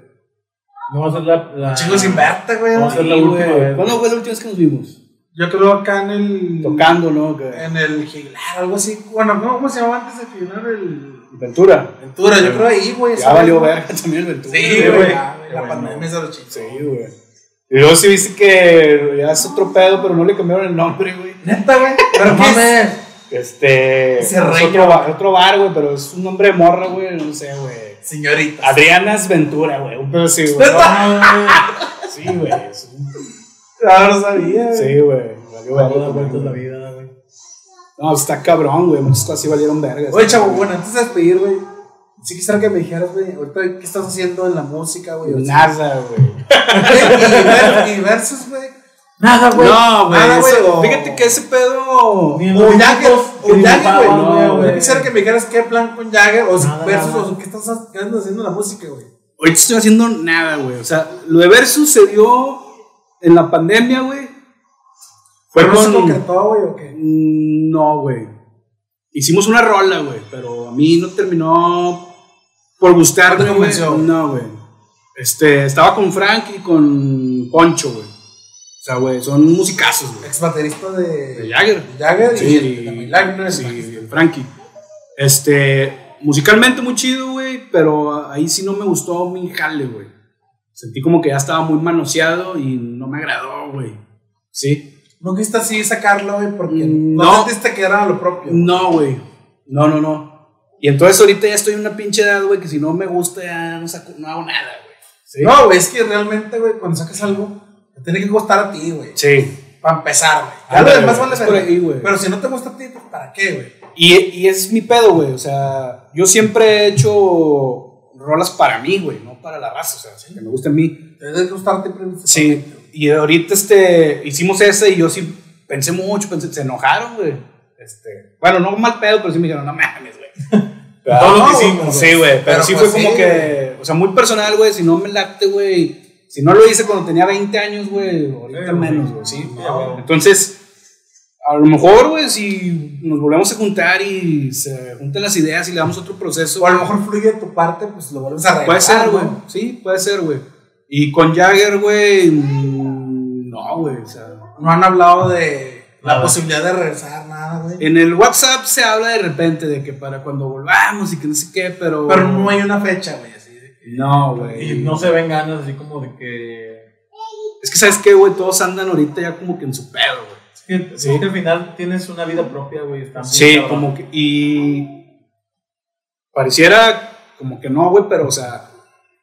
Speaker 3: No va a ser la. la...
Speaker 1: Chingo sin verte, güey.
Speaker 3: No, sí. Es la
Speaker 2: Sí,
Speaker 3: última
Speaker 2: güey.
Speaker 3: vez.
Speaker 2: ¿Cuándo fue la última vez que nos vimos?
Speaker 1: Yo creo acá en el.
Speaker 2: Tocando, ¿no? Que-
Speaker 1: En el Jiglar, algo así. Bueno, no, ¿cómo se llamaba antes de Jiglar? El.
Speaker 2: Ventura.
Speaker 1: Ventura, yo creo ahí, güey.
Speaker 2: Ya
Speaker 1: ¿sabes?
Speaker 2: valió verga también el Ventura.
Speaker 1: Sí,
Speaker 3: Sí,
Speaker 1: güey.
Speaker 3: güey.
Speaker 1: ya,
Speaker 3: Qué
Speaker 1: La
Speaker 3: bueno.
Speaker 1: pandemia se lo chingó.
Speaker 2: Sí, güey. Y luego sí viste que ya es otro pedo, pero no le cambiaron el nombre, güey.
Speaker 1: Neta, güey. Pero qué es?
Speaker 2: Este.
Speaker 1: Ese
Speaker 2: es
Speaker 1: reño.
Speaker 2: otro, ba- otro bar, güey, pero es un nombre de morra, güey. No sé, güey.
Speaker 1: Señorita.
Speaker 2: Adrianas Ventura, güey. Un pedo sí, güey. Sí, güey. es un-
Speaker 1: Ahora lo sabía. güey.
Speaker 2: Sí, güey. Valió
Speaker 3: No da
Speaker 2: verga.
Speaker 3: vueltas la
Speaker 2: güey.
Speaker 3: vida, güey.
Speaker 2: No, está cabrón, güey. Muchas cosas sí valieron verga.
Speaker 1: Oye, chavo, bueno, antes de despedir, güey. Sí quisiera que me dijeras, güey, ahorita, ¿qué estás haciendo en la música, güey? O sea,
Speaker 2: Nada, güey.
Speaker 1: güey, Y ver- y versus, güey.
Speaker 3: Nada,
Speaker 2: No, güey.
Speaker 1: Nada, güey,
Speaker 2: ese-
Speaker 1: o-
Speaker 2: Fíjate que ese pedo.
Speaker 3: Ni en
Speaker 1: O
Speaker 3: los
Speaker 1: Jagger,
Speaker 3: discos
Speaker 1: o
Speaker 3: ni
Speaker 1: Jagger,
Speaker 3: papas,
Speaker 2: no,
Speaker 1: güey.
Speaker 2: güey.
Speaker 1: Yo quisiera que me dijeras qué plan con Jagger o si
Speaker 3: Nada,
Speaker 1: versus
Speaker 3: nada.
Speaker 1: o qué estás ha- qué andas haciendo en la música, güey.
Speaker 2: Ahorita estoy haciendo nada, güey. O sea, lo de Versus se dio en la pandemia, güey. Fue
Speaker 1: ¿No se
Speaker 2: con.
Speaker 1: concretó, güey, o qué?
Speaker 2: Mm, No, güey. Hicimos una rola, güey. Pero a mí no terminó por
Speaker 1: No
Speaker 2: gustarme,
Speaker 1: te
Speaker 2: güey.
Speaker 1: convenció.
Speaker 2: No, güey. Este, estaba con Frank y con Poncho, güey. O sea, güey, son musicazos, güey.
Speaker 1: Ex baterista de,
Speaker 2: De Jagger.
Speaker 1: Jagger
Speaker 2: Sí,
Speaker 1: y el de Milagro.
Speaker 2: sí, el Frankie. Este, musicalmente muy chido, güey, pero ahí sí no me gustó mi jale, güey. Sentí como que ya estaba muy manoseado y no me agradó, güey. Sí.
Speaker 1: No quisiste así sacarlo, güey, porque
Speaker 2: Mm,
Speaker 1: no,
Speaker 2: no.
Speaker 1: sentiste que era lo propio.
Speaker 2: No, güey. No, no, no. Y entonces ahorita ya estoy en una pinche edad, güey, que si no me gusta ya no, saco, no hago nada, güey. Sí.
Speaker 1: No, güey, es que realmente, güey, cuando sacas algo, te tiene que gustar a ti, güey.
Speaker 2: Sí.
Speaker 1: Para empezar, güey. Ya lo
Speaker 2: Ándale,
Speaker 1: demás
Speaker 2: güey,
Speaker 1: vale
Speaker 2: es por
Speaker 1: verga.
Speaker 2: ahí, güey.
Speaker 1: Pero si no te gusta a ti, pues ¿para qué, güey?
Speaker 2: Y, y ese es mi pedo, güey. O sea, yo siempre he hecho rolas para mí, güey, no para la raza. O sea, que me gusta a mí.
Speaker 1: Te debe gustarte primero.
Speaker 2: Sí, y ahorita este, hicimos ese y yo sí pensé mucho, pensé, se enojaron, güey. Este, bueno, no mal pedo, pero sí me dijeron, no mames, güey. Pero
Speaker 3: Todo lo
Speaker 2: no,
Speaker 3: que hicimos,
Speaker 2: Sí, güey, pero,
Speaker 1: Pero
Speaker 2: sí
Speaker 1: pues
Speaker 2: fue
Speaker 1: sí,
Speaker 2: como que, o sea, muy personal, güey, si no me late, güey. Si no lo hice cuando tenía 20 años, güey, ahorita
Speaker 3: Sí,
Speaker 2: menos,
Speaker 3: güey.
Speaker 2: güey, sí.
Speaker 3: Ya, güey.
Speaker 2: Entonces, a lo mejor, güey, si nos volvemos a juntar y se juntan las ideas y le damos otro proceso.
Speaker 1: O a lo mejor fluye de tu parte, pues lo vuelves a arreglar.
Speaker 2: Puede ser,
Speaker 1: ¿no?
Speaker 2: güey. Sí, puede ser, güey. Y con Jagger, güey. mm, No, güey. O sea,
Speaker 1: No han hablado de la
Speaker 3: Nada.
Speaker 1: posibilidad de regresar, nada, güey.
Speaker 2: en el WhatsApp se habla de repente de que para cuando volvamos y que no sé qué, pero.
Speaker 1: Pero no hay Eh, una fecha, güey, así. de-
Speaker 2: No,
Speaker 3: Y
Speaker 2: güey.
Speaker 3: no se ven ganas así como de que.
Speaker 2: Es que, ¿sabes qué, güey? Todos andan ahorita ya como que en su pedo, güey.
Speaker 3: Es que,
Speaker 2: Sí.
Speaker 3: es que al final tienes una vida propia, güey. está muy
Speaker 2: Sí,
Speaker 3: cabrón.
Speaker 2: como que. Y. Pareciera como que no, güey, pero, o sea,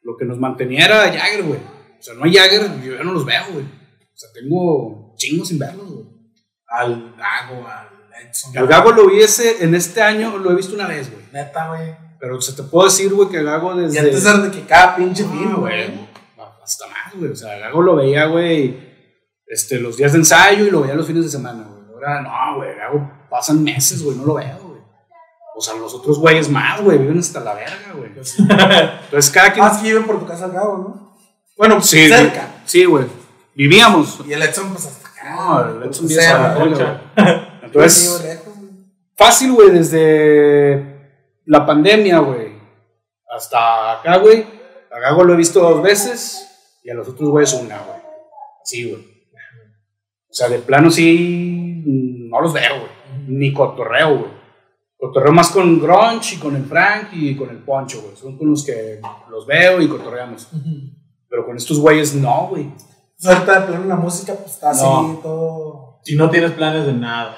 Speaker 2: lo que nos mantenía era Jagger, güey. O sea, no hay Jagger, yo ya no los veo, güey. O sea, tengo chingos sin verlos, güey.
Speaker 1: Al Dago, al Edson.
Speaker 2: Al Gago lo vi ese- en este año, lo he visto una vez, güey.
Speaker 1: Neta, güey.
Speaker 2: Pero se te puedo decir, güey, que Gago desde.
Speaker 1: Y antes era de que cada pinche
Speaker 2: Ah,
Speaker 1: film,
Speaker 2: güey.
Speaker 1: güey.
Speaker 2: Hasta más, güey. O sea, Gago lo veía, güey, este, los días de ensayo y lo veía los fines de semana, güey. Ahora, no, güey, Gago, pasan meses, güey, no lo veo, güey. O sea, los otros güeyes más, güey, viven hasta la verga, güey. Entonces, cada quien.
Speaker 1: Más que viven por tu casa al Gago, ¿no?
Speaker 2: bueno, sí,
Speaker 1: Ah, cerca.
Speaker 2: güey. Sí, güey. Vivíamos.
Speaker 1: Y el Edson, pues hasta acá.
Speaker 2: No, el Edson
Speaker 1: O sea,
Speaker 2: vive hasta la
Speaker 3: la
Speaker 2: verga, güey. Entonces.
Speaker 1: Sí, güey, lejos, güey.
Speaker 2: fácil, güey, desde la pandemia, güey, hasta acá, güey. A Gago lo he visto dos veces y a los otros güeyes una, güey. Sí, güey. O sea, de plano sí, no los veo, güey. Ni cotorreo, güey. Cotorreo más con Grunge y con el Frank y con el Poncho, güey. Son con los que los veo y cotorreamos. Pero con estos güeyes no, güey.
Speaker 1: Pues ahorita de plano la música, pues está
Speaker 2: No.
Speaker 1: así, todo.
Speaker 3: Y no tienes planes de nada.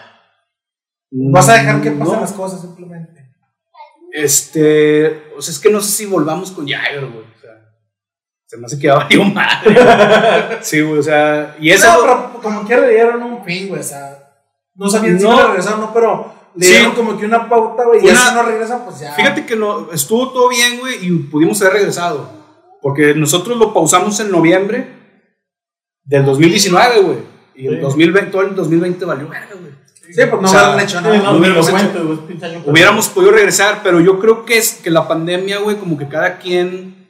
Speaker 1: Vas a dejar que pasen
Speaker 2: No.
Speaker 1: las cosas, simplemente.
Speaker 2: Este, o sea, es que no sé si volvamos con Jagger, güey. O sea, se me hace que ya valió madre. güey. sí, güey, o sea, y eso.
Speaker 1: no, pero como quiera le dieron un fin, güey, o sea. No sabían si
Speaker 2: No.
Speaker 1: iban a regresar o no, pero le
Speaker 2: Sí.
Speaker 1: dieron como que una pauta, güey. Y
Speaker 2: Una-
Speaker 1: si no regresa, pues ya.
Speaker 2: Fíjate que no, estuvo todo bien, güey, y pudimos haber regresado. Porque nosotros lo pausamos en noviembre del 2019, güey. Y el
Speaker 3: Sí.
Speaker 2: 2020, todo el 2020 valió verga, güey.
Speaker 1: Sí, pues no
Speaker 2: O sea,
Speaker 1: hubieran hecho
Speaker 3: No,
Speaker 1: nada.
Speaker 3: no, ni lo
Speaker 2: hubiéramos hecho-
Speaker 3: cuento, güey, es pinche año
Speaker 2: Hubiéramos podido regresar, pero yo creo que es que la pandemia, güey, como que cada quien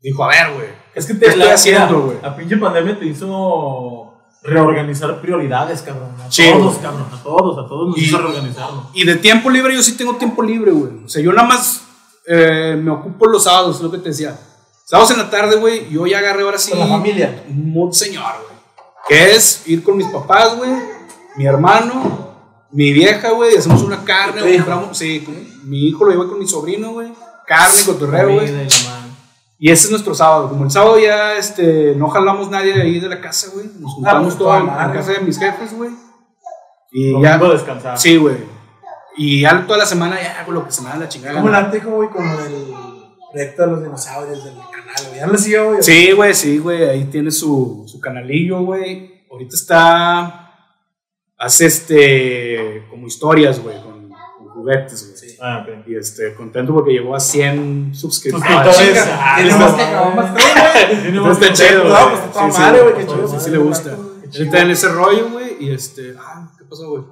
Speaker 2: dijo, a ver, güey.
Speaker 3: Es que
Speaker 2: ¿Qué
Speaker 3: te
Speaker 2: estoy
Speaker 3: la-
Speaker 2: haciendo,
Speaker 3: mira,
Speaker 2: güey?
Speaker 3: La pinche pandemia te hizo reorganizar prioridades, cabrón. A
Speaker 2: Sí,
Speaker 3: todos,
Speaker 2: güey.
Speaker 3: cabrón. A todos, a todos nos
Speaker 2: Y-
Speaker 3: hizo reorganizarnos.
Speaker 2: Y de tiempo libre, yo sí tengo tiempo libre, güey. O sea, yo nada más eh, me ocupo los sábados, lo que te decía. Sábados en la tarde, güey, yo ya agarré ahora sí.
Speaker 1: Con la familia.
Speaker 2: un Mood señor, güey. Que es ir con mis papás, güey, mi hermano, mi vieja, güey, hacemos una carne,
Speaker 1: ¿Tu
Speaker 2: güey,
Speaker 1: hijo?
Speaker 2: compramos- sí, con- mi hijo lo llevo con mi sobrino, güey. Carne, cotorreo, güey.
Speaker 3: Comida y la madre.
Speaker 2: Y ese es nuestro sábado. Como el sábado ya este, no jalamos nadie de ahí de la casa, güey. Nos juntamos
Speaker 1: pues,
Speaker 2: todos
Speaker 1: toda
Speaker 2: en la
Speaker 1: madre.
Speaker 2: casa de mis jefes, güey. Y ya.
Speaker 3: Domingo descansar.
Speaker 2: Sí, güey. Y ya toda la semana ya hago lo que se me da la chingada.
Speaker 1: Como la dijo, güey, con el proyecto de los dinosaurios del canal, güey. Ya lo sigo, güey.
Speaker 2: Sí, güey, sí, güey. Ahí tiene su, su canalillo, güey. Ahorita está. Hace este. Como historias, güey, con, con juguetes, güey.
Speaker 1: Sí.
Speaker 3: Ah, ok.
Speaker 2: Y este, contento porque llegó a 100 suscriptores.
Speaker 3: Suscriptores.
Speaker 2: Ah, chinga.
Speaker 3: Ah,
Speaker 1: Tiene
Speaker 3: no,
Speaker 1: más
Speaker 3: no,
Speaker 1: que
Speaker 3: no,
Speaker 1: más
Speaker 3: no.
Speaker 1: tres, güey.
Speaker 2: Entonces está chido,
Speaker 1: No, pues está
Speaker 2: güey.
Speaker 1: toda
Speaker 2: Sí, sí,
Speaker 1: madre, güey, qué
Speaker 2: sí,
Speaker 1: chido.
Speaker 2: Sí, sí le gusta. Él está en ese rollo, güey. Y este. Ah, ¿qué pasó, güey?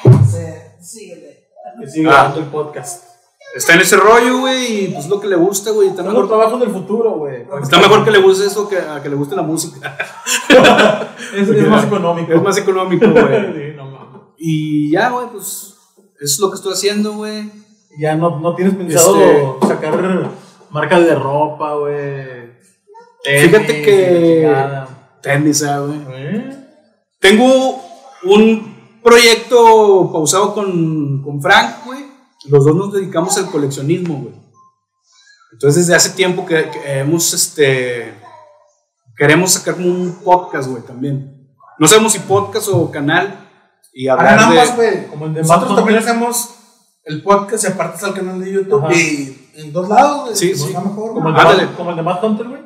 Speaker 1: Sí, síguele.
Speaker 3: Que sigue
Speaker 2: Ah.
Speaker 3: grabando el podcast.
Speaker 2: Está en ese rollo, güey. Y pues lo que le gusta, güey. Está
Speaker 3: Mejor
Speaker 2: mejor,
Speaker 3: trabajo del futuro, güey.
Speaker 2: está mejor que le guste eso que a que le guste la música.
Speaker 3: Es, es más económico.
Speaker 2: Es más económico, güey.
Speaker 3: Sí, no mames.
Speaker 2: Y ya, güey, pues es lo que estoy haciendo, güey.
Speaker 3: Ya no, no tienes pensado
Speaker 2: Este-
Speaker 3: sacar marcas de ropa, güey. Tenis,
Speaker 2: Fíjate que-
Speaker 3: la chingada.
Speaker 2: Tenis, ah, güey.
Speaker 3: ¿Eh?
Speaker 2: Tengo un proyecto pausado con, con Frank, güey. Los dos nos dedicamos al coleccionismo, güey. Entonces, desde hace tiempo que, que hemos, este, queremos sacar como un podcast, güey, también. No sabemos si podcast o canal y hablar
Speaker 1: Hagan ambas,
Speaker 2: de...
Speaker 1: güey.
Speaker 3: Como el de
Speaker 1: Nosotros
Speaker 3: Matt
Speaker 1: también
Speaker 3: Hunter.
Speaker 1: hacemos el podcast y aparte está el canal de YouTube
Speaker 3: Ajá.
Speaker 1: y en dos lados, güey.
Speaker 2: Sí,
Speaker 1: pues
Speaker 2: sí.
Speaker 1: Está mejor,
Speaker 3: Como
Speaker 1: güey.
Speaker 3: el de
Speaker 2: Ándale.
Speaker 3: Matt- como el de Matt Hunter, güey.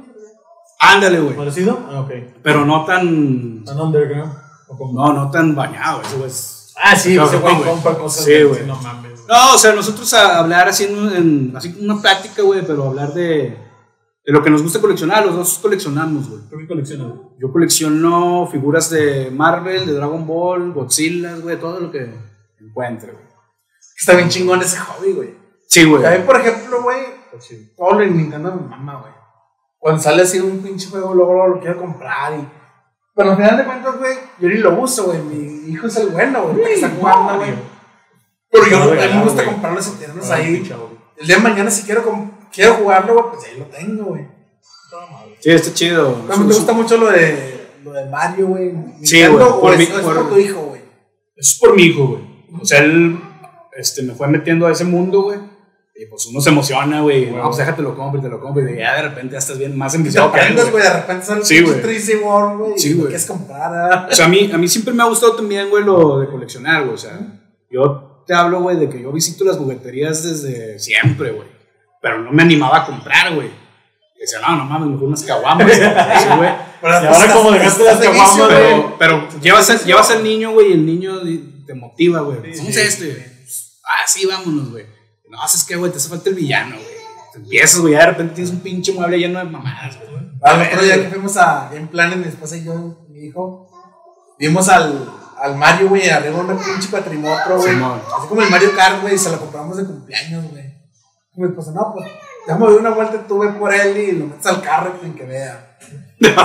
Speaker 2: Ándale, güey.
Speaker 3: ¿Parecido? Ah, ok.
Speaker 2: Pero no tan...
Speaker 3: Tan underground. O como-
Speaker 2: No, no tan bañado, ese güey. es-
Speaker 3: Ah, sí,
Speaker 2: Claro,
Speaker 3: ese güey
Speaker 2: güey.
Speaker 3: compra cosas.
Speaker 2: Sí,
Speaker 3: de-
Speaker 2: güey.
Speaker 3: No mames. güey.
Speaker 2: No, o sea, nosotros a hablar así en, un- en- así como una plática, güey, pero hablar de, de lo que nos gusta coleccionar, los dos coleccionamos, güey.
Speaker 3: ¿Tú qué coleccionas? güey?
Speaker 2: Yo colecciono figuras de Marvel, de Dragon Ball, Godzilla, güey, todo lo que encuentre, güey.
Speaker 1: Está bien chingón ese hobby, güey.
Speaker 2: Sí, güey.
Speaker 1: A mí, por ejemplo, güey, todo lo de Nintendo me mama, güey. Cuando sale así un pinche juego, luego, luego lo quiero comprar y... Pero al final de cuentas, güey, yo ni lo uso, güey. Mi hijo es el bueno, güey. que está jugando, güey. Pero yo, a mí me gusta comprarlos y tenerlos
Speaker 2: Ah,
Speaker 1: ahí. El día de mañana, si quiero, com- quiero jugarlo, güey, pues ahí lo tengo, güey.
Speaker 2: Sí, está chido.
Speaker 1: A mí me gusta mucho lo de, lo de Mario, güey.
Speaker 2: Sí,
Speaker 1: Nintendo,
Speaker 2: güey,
Speaker 1: o
Speaker 2: por
Speaker 1: es-
Speaker 2: mi-
Speaker 1: o es
Speaker 2: por-
Speaker 1: por tu hijo, güey.
Speaker 2: Eso es por mi hijo, güey. O sea, él este, me fue metiendo a ese mundo, güey. Y pues uno se emociona, güey. No, pues déjate lo compro y te lo compro. Y ya de repente ya estás bien
Speaker 1: Y
Speaker 2: más
Speaker 1: te
Speaker 2: enviciado que él,
Speaker 1: aprendes, güey, de repente sale
Speaker 2: Sí,
Speaker 1: un pinche
Speaker 2: güey.
Speaker 1: 3D World, güey.
Speaker 2: Sí,
Speaker 1: y lo
Speaker 2: güey.
Speaker 1: quieres comprar, ah.
Speaker 2: O sea, a mí, a mí siempre me ha gustado también, güey, lo de coleccionar, güey. O sea, yo te hablo, güey, de que yo visito las jugueterías desde siempre, güey. Pero no me animaba a comprar, güey. Decía, no, no mames, mejor unas caguamas. güey. Sí, güey.
Speaker 1: Pero
Speaker 3: ahora
Speaker 1: estás-
Speaker 3: como dejaste
Speaker 1: estás
Speaker 3: las
Speaker 1: de
Speaker 3: caguamas,
Speaker 1: vicio,
Speaker 3: güey.
Speaker 2: Pero, pero llevas, al, llevas al niño, güey, y el niño di- te motiva, güey.
Speaker 3: Sí,
Speaker 2: Somos
Speaker 3: sí.
Speaker 2: este, güey. Ah, sí, vámonos, güey. No, haces que, güey, te hace falta el villano, güey. Te Empiezas, güey, ya de repente tienes un pinche mueble lleno de mamadas, güey.
Speaker 1: Al Ah, otro día que fuimos a en planes, mi esposa y yo, mi hijo, vimos al, al Mario, güey, arriba una pinche cuatrimoto, güey.
Speaker 2: Simón.
Speaker 1: Así como el Mario Kart, güey, y se lo compramos de cumpleaños, güey. Y mi esposa, no, pues, déjame doy una vuelta tú, güey, por él y lo metes al carro sin que vea.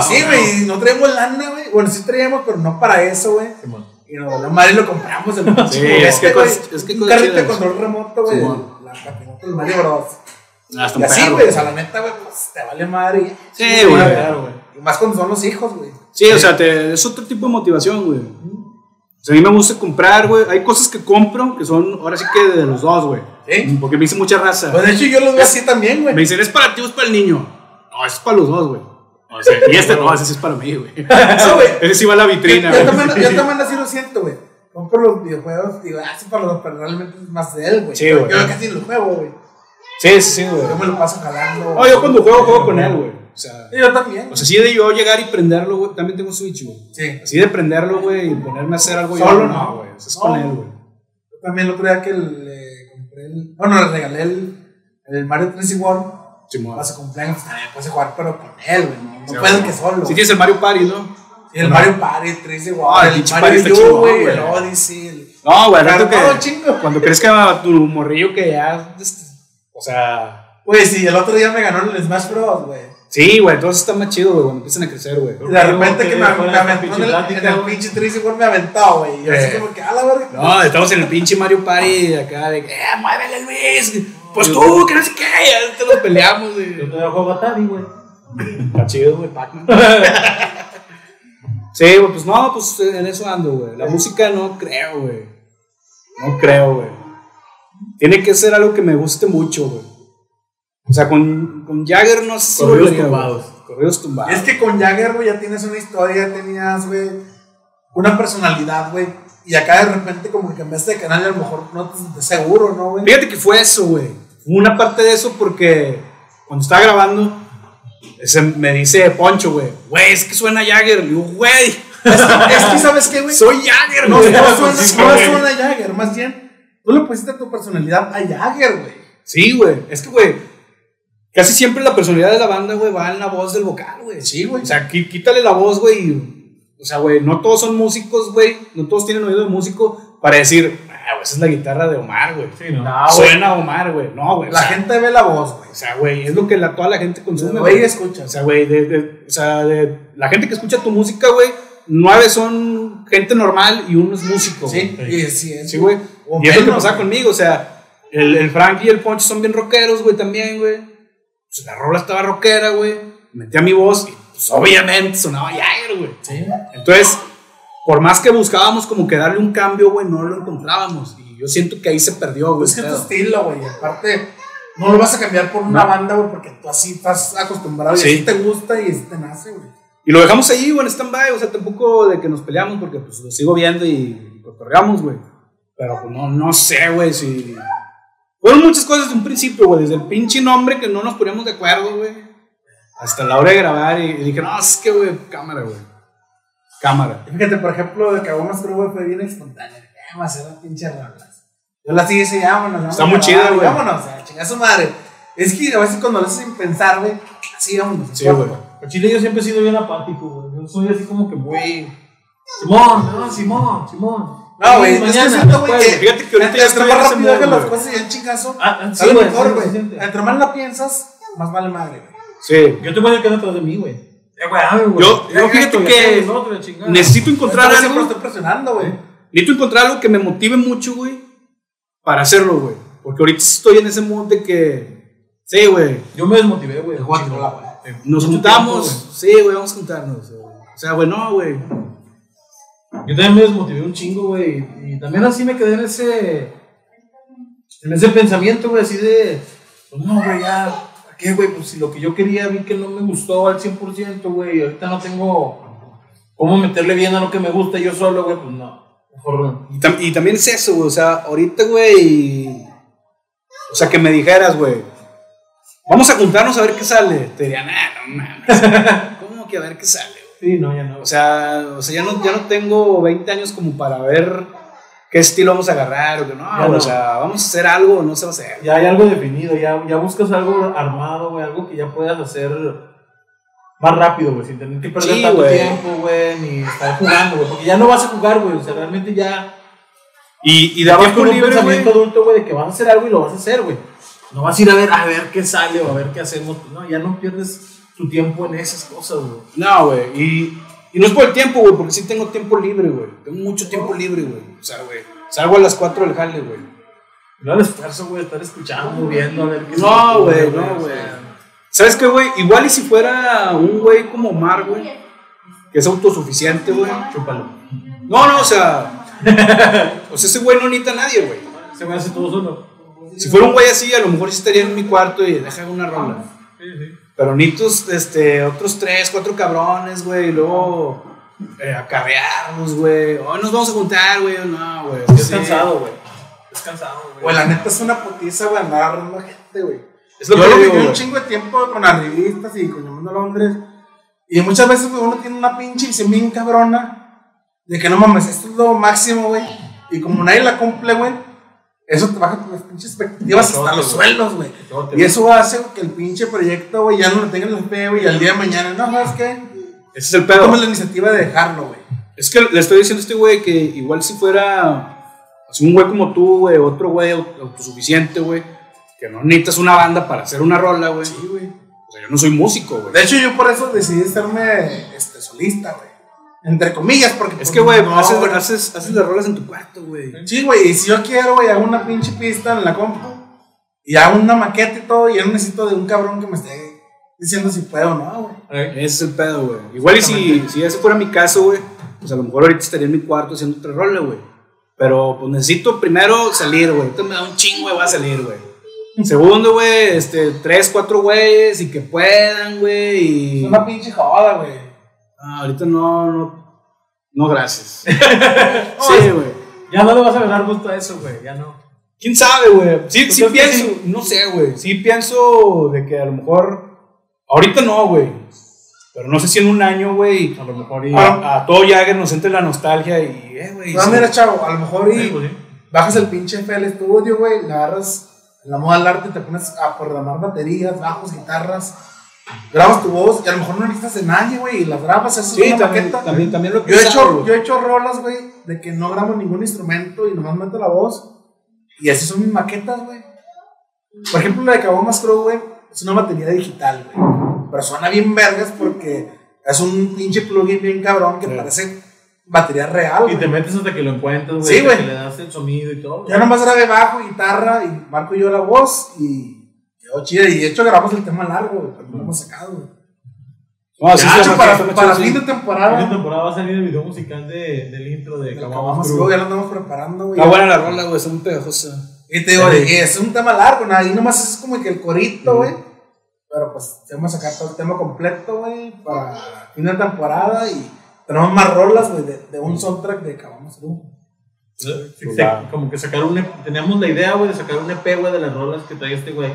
Speaker 1: sí, güey, y no traíamos lana, güey. Bueno, sí traíamos, pero no para eso, güey.
Speaker 3: Simón.
Speaker 1: Y nos valió madre y lo compramos. El pinche
Speaker 2: Sí,
Speaker 1: juguete,
Speaker 2: es que
Speaker 1: güey.
Speaker 2: cosas- es que
Speaker 1: Un
Speaker 2: cosas
Speaker 1: carrito de
Speaker 2: chidas.
Speaker 1: control remoto, güey.
Speaker 2: Simón.
Speaker 1: La cuatrimoto del Mario Bros.
Speaker 2: Hasta
Speaker 1: Y
Speaker 2: un
Speaker 1: así,
Speaker 2: perro,
Speaker 1: güey, o sea, la neta, güey, pues te vale madre. y-
Speaker 2: Sí, güey.
Speaker 3: Claro, güey.
Speaker 1: y más cuando son los hijos, güey.
Speaker 2: Sí, o sea, te- es otro tipo de motivación, güey. O sea, a mí me gusta comprar, güey. Hay cosas que compro que son, ahora sí que de los dos, güey.
Speaker 1: ¿Sí?
Speaker 2: Porque me hice mucha raza.
Speaker 1: Pues de hecho yo los veo así también,
Speaker 2: Me
Speaker 1: güey.
Speaker 2: dicen, es para ti o es para el niño. No, es para los dos, güey. O sea, y este no, ese sí es para mí, güey.
Speaker 1: Eso, güey.
Speaker 2: Ese sí va a la
Speaker 1: Yo,
Speaker 2: vitrina,
Speaker 1: yo
Speaker 2: güey.
Speaker 1: también, yo también así lo siento, güey. Compro los videojuegos, digo, ah, sí para los, pero realmente es más de él, güey.
Speaker 2: Sí, güey.
Speaker 1: Yo casi lo juego, güey.
Speaker 2: Sí, sí, sí, güey.
Speaker 1: Yo me lo paso jalando.
Speaker 2: No, yo cuando juego, juego con él, güey. O sea,
Speaker 1: Sí, Yo también.
Speaker 2: o sea, sí de yo llegar y prenderlo, güey. También tengo Switch, güey.
Speaker 1: Sí.
Speaker 2: Así de prenderlo, güey, y ponerme a hacer algo yo.
Speaker 1: Solo
Speaker 2: no,
Speaker 1: no.
Speaker 2: güey. O sea, es con
Speaker 1: No.
Speaker 2: él, güey.
Speaker 1: Yo también el otro día que le compré el. Bueno, le regalé el, el Mario 3 World
Speaker 2: Simón.
Speaker 1: para su cumpleaños. También puedes jugar, pero con él, güey. No,
Speaker 2: Sí,
Speaker 1: no puedes
Speaker 2: güey.
Speaker 1: que solo.
Speaker 2: Si
Speaker 1: güey.
Speaker 2: tienes el Mario Party, ¿no?
Speaker 1: Y el Mario Party, 3 World,
Speaker 2: Ah, el
Speaker 1: el,
Speaker 2: pinche Party está
Speaker 1: Mario
Speaker 2: chingón,
Speaker 1: U, güey,
Speaker 2: güey.
Speaker 1: el Odyssey. El...
Speaker 2: No, güey, al rato
Speaker 1: Pero todo
Speaker 2: que-
Speaker 1: chingo.
Speaker 2: Cuando crees que a tu morrillo que ya. este, O sea.
Speaker 1: Güey, sí, el otro día me ganó en el Smash Bros, güey.
Speaker 2: Sí, güey, entonces está más chido, güey, cuando empiezan a crecer, güey.
Speaker 1: Y de repente que me,
Speaker 3: Luego,
Speaker 1: me aventó
Speaker 3: pinche
Speaker 1: en el,
Speaker 3: plática,
Speaker 1: en el
Speaker 3: güey.
Speaker 1: pinche tris igual me aventó, güey. Y yo
Speaker 2: Eh.
Speaker 1: así como que, a la verga.
Speaker 2: No, estamos en el pinche Mario Party de acá, de que, eh, muévele Luis. Pues tú, que no sé qué, ya te lo peleamos,
Speaker 3: Yo
Speaker 2: güey.
Speaker 3: todavía juego Atari, güey.
Speaker 2: Está chido, güey, Pac-Man. Sí, güey, pues no, pues en eso ando, güey. La música no creo, güey. No creo, güey. Tiene que ser algo que me guste mucho, güey. O sea, con, con Jagger no sé si
Speaker 3: Corridos
Speaker 2: volvería, güey.
Speaker 3: tumbados.
Speaker 2: Corridos tumbados.
Speaker 1: Es que con Jagger, güey, ya tienes una historia, ya tenías, güey, una personalidad, güey. Y acá de repente como que cambiaste de canal y a lo mejor no te sientes seguro, ¿no, güey?
Speaker 2: Fíjate que fue eso, güey. Fue Una parte de eso porque cuando estaba grabando, ese me dice Poncho, güey, güey, es que suena Jagger. Le digo, güey,
Speaker 1: Es, que- es que, ¿sabes qué, güey?
Speaker 2: soy Jagger,
Speaker 1: No, no
Speaker 2: güey.
Speaker 1: suena,
Speaker 2: Sí,
Speaker 1: no
Speaker 2: güey.
Speaker 1: suena Jagger, más bien, tú le pusiste tu personalidad a Jagger, güey.
Speaker 2: Sí, güey. Es que, güey, casi siempre la personalidad de la banda, güey, va en la voz del vocal, güey.
Speaker 1: Sí, güey.
Speaker 2: O sea, qui- quítale la voz, güey. y- O sea, güey, no todos son músicos, güey. No todos tienen oído de músico para decir, ah, güey, esa es la guitarra de Omar, güey.
Speaker 3: Sí, no.
Speaker 2: Suena Omar, güey. No, güey. o
Speaker 1: La
Speaker 2: sea,
Speaker 1: gente ve la voz, güey.
Speaker 2: O sea, güey, es lo que la, toda la gente consume,
Speaker 1: Güey,
Speaker 2: güey.
Speaker 1: escucha.
Speaker 2: O sea, güey, de, de- o sea, de la gente que escucha tu música, güey, nueve son gente normal y uno es músico.
Speaker 1: Sí,
Speaker 2: güey.
Speaker 1: y sí, es-
Speaker 2: Sí, güey.
Speaker 1: o
Speaker 2: Y es lo que
Speaker 1: menos,
Speaker 2: pasaba
Speaker 1: güey.
Speaker 2: conmigo, o sea, el, el Frank y el Poncho son bien rockeros, güey, también, güey. Pues la rola estaba rockera, güey. Metía mi voz y, pues, obviamente sonaba Jagger, güey.
Speaker 1: Sí.
Speaker 2: Entonces, por más que buscábamos como que darle un cambio, güey, no lo encontrábamos. Y yo siento que ahí se perdió, güey.
Speaker 1: Pues Es que tu
Speaker 2: el pedo.
Speaker 1: estilo, güey. Aparte, No lo vas a cambiar por una banda, güey, porque tú así estás acostumbrado
Speaker 2: Sí.
Speaker 1: y así te gusta y así te nace, güey.
Speaker 2: Y lo dejamos ahí, güey, en stand-by. O sea, tampoco de que nos peleamos porque pues lo sigo viendo y lo cargamos, güey. Pero pues no, no sé, güey, si. Fueron muchas cosas de un principio, güey. Desde el pinche nombre que no nos poníamos de acuerdo, güey. Hasta la hora de grabar y, y dije, no, es que, güey, cámara, güey. Cámara.
Speaker 1: Y Fíjate, por ejemplo, de que aún más güey, fue bien espontáneo. de que, "Ah, Vamos a hacer las pinches rolas. Yo las hice y "Ah, decía, vámonos, vámonos.
Speaker 2: Está muy chida,
Speaker 1: vámonos,
Speaker 2: güey.
Speaker 1: Vámonos, a chingar su madre. Es que a veces cuando lo haces sin pensar, güey, así vámonos.
Speaker 2: Sí, güey.
Speaker 3: Al chile yo siempre he sido bien apático, güey. Yo soy así como que muy. Simón, no, Simón, Simón.
Speaker 1: No, güey,
Speaker 3: Sí,
Speaker 1: es que
Speaker 3: mañana,
Speaker 1: siento, güey,
Speaker 3: pues.
Speaker 1: que.
Speaker 2: Fíjate que ahorita ya
Speaker 1: entre
Speaker 2: estoy en
Speaker 1: más
Speaker 2: ese
Speaker 1: rápido hagas
Speaker 2: mood,
Speaker 1: las
Speaker 2: güey.
Speaker 1: cosas y en chingazo.
Speaker 3: Ah, ah, sí,
Speaker 1: a lo
Speaker 3: güey,
Speaker 1: mejor,
Speaker 3: sí,
Speaker 1: güey.
Speaker 3: sí, sí.
Speaker 1: Entre más la piensas, más vale madre, güey.
Speaker 2: Pues Sí.
Speaker 3: Yo te voy a quedar atrás de mí, güey. Eh, güey, dame, güey.
Speaker 2: Yo- yo
Speaker 3: Ya,
Speaker 2: fíjate
Speaker 3: esto, ya
Speaker 2: que
Speaker 3: hacemos otro, la chingada.
Speaker 2: Necesito encontrar
Speaker 1: Entonces, pues, siempre
Speaker 2: algo.
Speaker 1: lo estoy presionando, güey.
Speaker 2: Necesito encontrar algo que me motive mucho, güey, para hacerlo, güey. Porque ahorita estoy en ese mood de que, sí, güey,
Speaker 3: Yo me desmotivé, güey.
Speaker 1: Juega tu rola, güey.
Speaker 2: eh, nos
Speaker 3: Mucho
Speaker 2: juntamos.
Speaker 3: tiempo,
Speaker 2: sí, güey, vamos a juntarnos. güey. O sea, güey, no, güey.
Speaker 3: Yo también me desmotivé un chingo, güey. Y también así me quedé en ese. En ese pensamiento, güey, así de. Pues no, güey, ya. ¿a ¿Qué, güey? Pues si lo que yo quería vi que no me gustó al 100%, güey. y Ahorita no tengo cómo meterle bien a lo que me gusta yo solo, güey. Pues no. Mejor.
Speaker 2: Y, tam- y también es eso, güey. O sea, ahorita, güey. O sea, que me dijeras, güey. Vamos a juntarnos a ver qué sale. Te diría, nah, no mames. ¿Cómo que a ver qué sale, güey?
Speaker 3: Sí, no, ya no.
Speaker 2: O sea, o sea ya, no, ya no tengo 20 años como para ver qué estilo vamos a agarrar o que no, güey,
Speaker 3: no.
Speaker 2: o sea, vamos a hacer algo o no se va a hacer.
Speaker 3: ya hay algo definido, ya, ya buscas algo armado, güey, algo que ya puedas hacer más rápido, güey, sin tener que perder
Speaker 2: Sí,
Speaker 3: tanto
Speaker 2: güey.
Speaker 3: tiempo, güey, ni estar jugando, güey, porque ya no vas a jugar, güey, o sea, realmente ya
Speaker 2: Y, y de
Speaker 3: ya vas
Speaker 2: abajo
Speaker 3: con un
Speaker 2: libre, güey.
Speaker 3: pensamiento adulto, güey, de que vas a hacer algo y lo vas a hacer, güey. No vas a ir a ver, a ver qué sale o a ver qué hacemos, no, ya no pierdes tu tiempo en esas cosas, güey.
Speaker 2: No, güey. Y, y no es por el tiempo, güey, porque sí tengo tiempo libre, güey. Tengo mucho tiempo libre, güey. O sea, güey. Salgo a las 4 del jale, güey.
Speaker 3: No el esfuerzo, güey, de estar escuchando, viendo, a ver
Speaker 2: No,
Speaker 3: qué se me ocurre,
Speaker 2: güey, no,
Speaker 3: o
Speaker 2: güey.
Speaker 3: sea,
Speaker 2: ¿Sabes qué, güey? Igual y si fuera un güey como Omar, güey, que es autosuficiente, güey.
Speaker 3: Chúpalo.
Speaker 2: No, no, o sea. O sea, ese güey no necesita a nadie, güey.
Speaker 3: Se me hace todo solo.
Speaker 2: Si fuera un güey así, a lo mejor sí estaría en mi cuarto y deja una rola. Pero necesitas, este, otros tres, cuatro cabrones, güey, y luego eh, acarrearnos, güey. Hoy nos vamos a juntar, güey, no, güey.
Speaker 3: Estoy
Speaker 2: sí.
Speaker 3: cansado, güey. Estoy cansado, güey.
Speaker 1: Güey, la neta es una putiza, güey, andar la gente, güey.
Speaker 2: Es
Speaker 1: Yo
Speaker 2: lo
Speaker 1: lo
Speaker 2: que
Speaker 1: viví
Speaker 2: digo,
Speaker 1: un
Speaker 2: güey.
Speaker 1: chingo de tiempo con las revistas y con llamando a Londres. Y muchas veces, güey, uno tiene una pinche visión bien cabrona de que no mames, esto es lo máximo, güey. Y como nadie la cumple, güey, eso te baja tus pinches expectativas hasta
Speaker 3: Chote,
Speaker 1: los
Speaker 3: güey.
Speaker 1: suelos, güey.
Speaker 3: Chote,
Speaker 1: Y
Speaker 3: güey.
Speaker 1: eso hace que el pinche proyecto, güey, ya no lo tengan en el fe, güey, y al día de mañana, no, ¿sabes qué?
Speaker 2: Ese es el pedo.
Speaker 1: Toma la iniciativa de dejarlo, güey.
Speaker 2: Es que le estoy diciendo a este güey que igual si fuera así un güey como tú, güey, otro güey aut- autosuficiente, güey, que no necesitas una banda para hacer una rola, güey.
Speaker 1: Sí, güey.
Speaker 2: O sea, yo no soy músico, güey.
Speaker 1: De hecho, yo por eso decidí hacerme este, solista, güey. Entre comillas, porque. pues
Speaker 2: Es que, güey,
Speaker 1: no,
Speaker 2: haces,
Speaker 1: güey.
Speaker 2: haces, haces las rolas en tu cuarto, güey.
Speaker 1: Sí, güey, y si yo quiero, güey, hago una pinche pista en la compu y hago una maqueta y todo, y ya no necesito de un cabrón que me esté diciendo si puedo o no, güey.
Speaker 2: Ese es el pedo, güey. Igual y si, si ese fuera mi caso, güey, pues a lo mejor ahorita estaría en mi cuarto haciendo otra rola, güey. Pero pues necesito primero salir, güey. Ahorita me da un chingo, güey, voy a salir, güey. Segundo, güey, este, tres, cuatro güeyes y que puedan, güey.
Speaker 1: Es
Speaker 2: Y...
Speaker 1: una pinche joda, güey.
Speaker 2: Ah, ahorita no, no. No, gracias. sí,
Speaker 3: es-
Speaker 2: güey.
Speaker 3: Ya no le vas a ganar gusto a eso, güey. Ya no.
Speaker 2: ¿Quién sabe, güey? Sí,
Speaker 3: Pues
Speaker 2: sí
Speaker 3: es que
Speaker 2: pienso,
Speaker 3: sí.
Speaker 2: no sé, güey. Sí pienso de que a lo mejor. Ahorita no, güey. Pero no sé si en un año, güey.
Speaker 3: A lo mejor y.
Speaker 2: Ah, A, a todo Jagger nos entre la nostalgia y, eh, güey.
Speaker 1: No,
Speaker 2: sí.
Speaker 1: Ah, mira, chavo, a lo mejor
Speaker 3: Sí,
Speaker 1: y
Speaker 3: pues, sí.
Speaker 1: bajas el pinche FL Studio, güey, le agarras la moda al arte, te pones a programar baterías, bajos, guitarras, grabas tu voz, y a lo mejor no necesitas de nadie, güey, y las grabas, haces
Speaker 2: Sí,
Speaker 1: una
Speaker 2: también,
Speaker 1: maqueta.
Speaker 2: también, también lo he
Speaker 1: Yo he,
Speaker 2: pensado,
Speaker 1: hecho,
Speaker 2: güey.
Speaker 1: yo he hecho rolas, güey, de que no grabo ningún instrumento y nomás meto la voz. Y así son mis maquetas, güey. Por ejemplo, la de Cabomas Crow, güey, es una batería digital, güey. Pero suena bien vergas porque es un pinche plugin bien cabrón que
Speaker 2: Sí.
Speaker 1: parece batería real,
Speaker 3: Y
Speaker 1: güey.
Speaker 3: te metes hasta que lo encuentras, güey.
Speaker 1: Sí,
Speaker 3: hasta
Speaker 1: güey.
Speaker 3: que Le das el sonido y todo.
Speaker 1: Ya nomás grabé bajo, guitarra y marco yo la voz y quedó chida. Y de hecho grabamos el tema largo, güey, cuando lo hemos sacado, güey.
Speaker 2: No, Ah, sí,
Speaker 1: Ya,
Speaker 2: sí,
Speaker 1: hecho,
Speaker 2: sí,
Speaker 1: para,
Speaker 2: sí, sí,
Speaker 1: para
Speaker 2: sí.
Speaker 1: fin de
Speaker 3: Esta
Speaker 1: temporada.
Speaker 3: temporada va a salir el video musical de, del intro de
Speaker 1: de
Speaker 3: Caguamas
Speaker 1: Caguamas
Speaker 3: Crew.
Speaker 2: Ah,
Speaker 1: Crew, ya lo andamos preparando, güey.
Speaker 2: Está buena la rola, güey. Está muy pegajosa.
Speaker 1: Y te digo,
Speaker 2: Sí.
Speaker 1: y es un tema largo, nada, ahí nomás es como que el corito, güey. Pero pues tenemos que sacar todo el tema completo, güey, para fin de temporada y tenemos más rolas, güey, de, de un soundtrack de Cabamos Crew.
Speaker 3: Sí, se- como que sacar un EP teníamos la idea, güey, de sacar un EP, güey, de las rolas que trae este güey.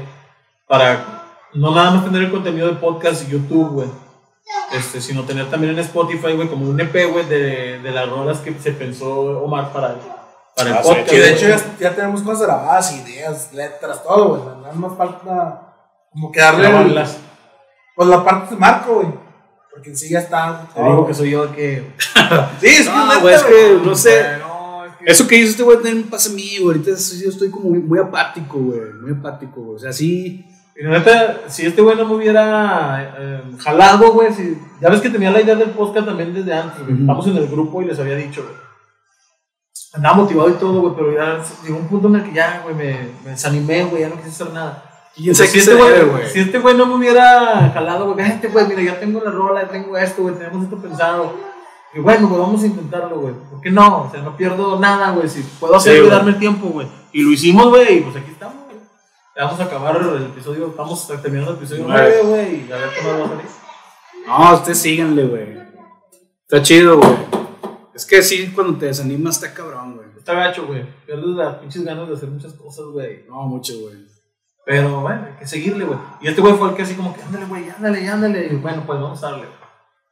Speaker 3: Para no nada más tener el contenido de podcast y YouTube, güey. Este, sino tener también en Spotify, güey, como un EP, güey, de, de las rolas que se pensó Omar para, para el
Speaker 2: Ah, sí,
Speaker 3: podcast.
Speaker 1: Y de
Speaker 3: güey.
Speaker 1: hecho ya, ya tenemos cosas grabadas, ideas, letras, todo, güey. Nada más falta como que darle el-
Speaker 3: Grabarlas.
Speaker 1: pues, la parte de Marco, güey. Porque en sí ya está.
Speaker 3: Te
Speaker 2: Oh.
Speaker 3: digo que soy yo el que.
Speaker 1: Sí, es que neta,
Speaker 2: No, güey, es que no sé.
Speaker 3: No, es que-
Speaker 2: Eso que hizo este güey también me pasa a mí, güey. Ahorita sí, yo estoy como muy, muy apático, güey. Muy apático, güey. O sea, sí.
Speaker 3: Y la neta, si este güey no me hubiera eh, jalado, güey, si- ya ves que tenía la idea del podcast también desde antes, güey.
Speaker 2: Ujú.
Speaker 3: Estamos en el grupo y les había dicho, güey. Andaba motivado y todo, güey, pero ya llegó un punto en el que ya, güey, me, me desanimé, güey, ya no quise hacer nada.
Speaker 2: ¿Quién
Speaker 3: si, este
Speaker 2: debe,
Speaker 3: güey, si este güey no me hubiera jalado, güey, "Ah, este güey, mira, ya tengo la rola, ya tengo esto, güey, tenemos esto pensado. Y bueno, güey, vamos a intentarlo, güey. ¿Por qué no? O sea, no pierdo nada, güey. Si puedo
Speaker 2: Sí,
Speaker 3: hacerlo y
Speaker 2: güey.
Speaker 3: darme el tiempo, güey. Y lo hicimos, güey, y pues aquí estamos, güey. Ya Vamos a acabar el episodio, estamos terminando el episodio
Speaker 2: Nueve.
Speaker 3: 9, güey, y a ver cómo va a salir.
Speaker 2: No, ustedes síganle, güey. Está chido, güey. Es que sí, cuando te desanimas está cabrón, güey.
Speaker 3: Está gacho, güey. Pierdes las pinches ganas de hacer muchas cosas, güey.
Speaker 2: No, mucho, güey.
Speaker 3: Pero bueno, hay que seguirle, güey. Y este güey fue el que así como que, ándale, güey, ándale, ándale. Y bueno, pues vamos a darle, güey.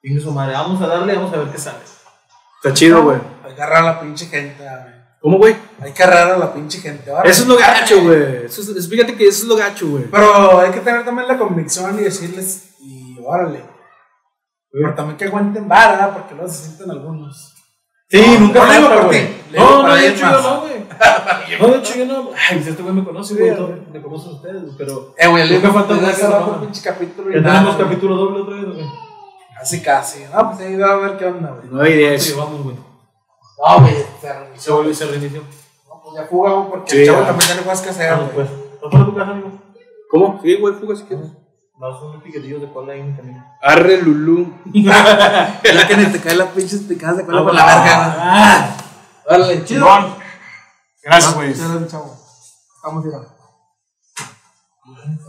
Speaker 3: Tiene su madre, vamos a darle, vamos a ver qué sale.
Speaker 2: Está chido, güey.
Speaker 1: Hay que agarrar a la pinche gente, güey.
Speaker 2: ¿Cómo, güey?
Speaker 1: Hay que agarrar a la pinche gente, ¿vale?
Speaker 2: Eso es lo gacho, güey. Eso es- es- Fíjate que eso es lo gacho, güey.
Speaker 1: Pero hay que tener también la convicción y decirles, y órale. Pero también que aguanten vara, porque luego se sienten algunos.
Speaker 3: Sí,
Speaker 1: No,
Speaker 3: nunca
Speaker 1: no le digo
Speaker 3: falta,
Speaker 1: por
Speaker 3: güey.
Speaker 1: ti, le digo
Speaker 3: No, no,
Speaker 1: para
Speaker 3: de
Speaker 1: alguien
Speaker 3: hecho
Speaker 1: más.
Speaker 3: yo no, güey. No, de hecho yo no. Ay, si este güey me conoce, güey.
Speaker 1: Sí,
Speaker 3: todo-
Speaker 1: güey.
Speaker 3: Me conocen ustedes, güey, pero.
Speaker 1: Eh, güey,
Speaker 3: Nunca
Speaker 1: le
Speaker 3: falta un
Speaker 1: le
Speaker 3: güey que
Speaker 1: cerrar
Speaker 3: no.
Speaker 1: por pinche capítulo. y
Speaker 3: Ya
Speaker 1: nada,
Speaker 3: tenemos
Speaker 1: güey.
Speaker 3: capítulo doble otra vez, güey.
Speaker 1: Casi, casi. No, pues ahí va a ver qué onda, güey.
Speaker 2: No hay
Speaker 3: Sí,
Speaker 2: ideas.
Speaker 3: vamos, güey.
Speaker 1: No, güey, se
Speaker 3: Se
Speaker 1: reinició.
Speaker 3: vuelve y se reinició.
Speaker 1: No, pues ya fuga, güey, porque
Speaker 2: Sí,
Speaker 1: el chavo
Speaker 2: ya.
Speaker 1: también tiene cosas que hacer,
Speaker 3: Vamos,
Speaker 1: güey.
Speaker 3: pues. ¿Vas para tu casa, amigo?
Speaker 2: ¿Cómo? Sí, güey, fuga si quieres.
Speaker 3: Vamos unos piquetillos de cola ahí en el camino.
Speaker 2: Arre, Lulú.
Speaker 1: Ya que ni te cae la pinche te quedas de
Speaker 3: Ah,
Speaker 1: acuerdo con la verga,
Speaker 3: verga,
Speaker 1: güey. Órale, chido.
Speaker 2: Gracias, güey.
Speaker 1: Chale, chavo. Vamos a ir a.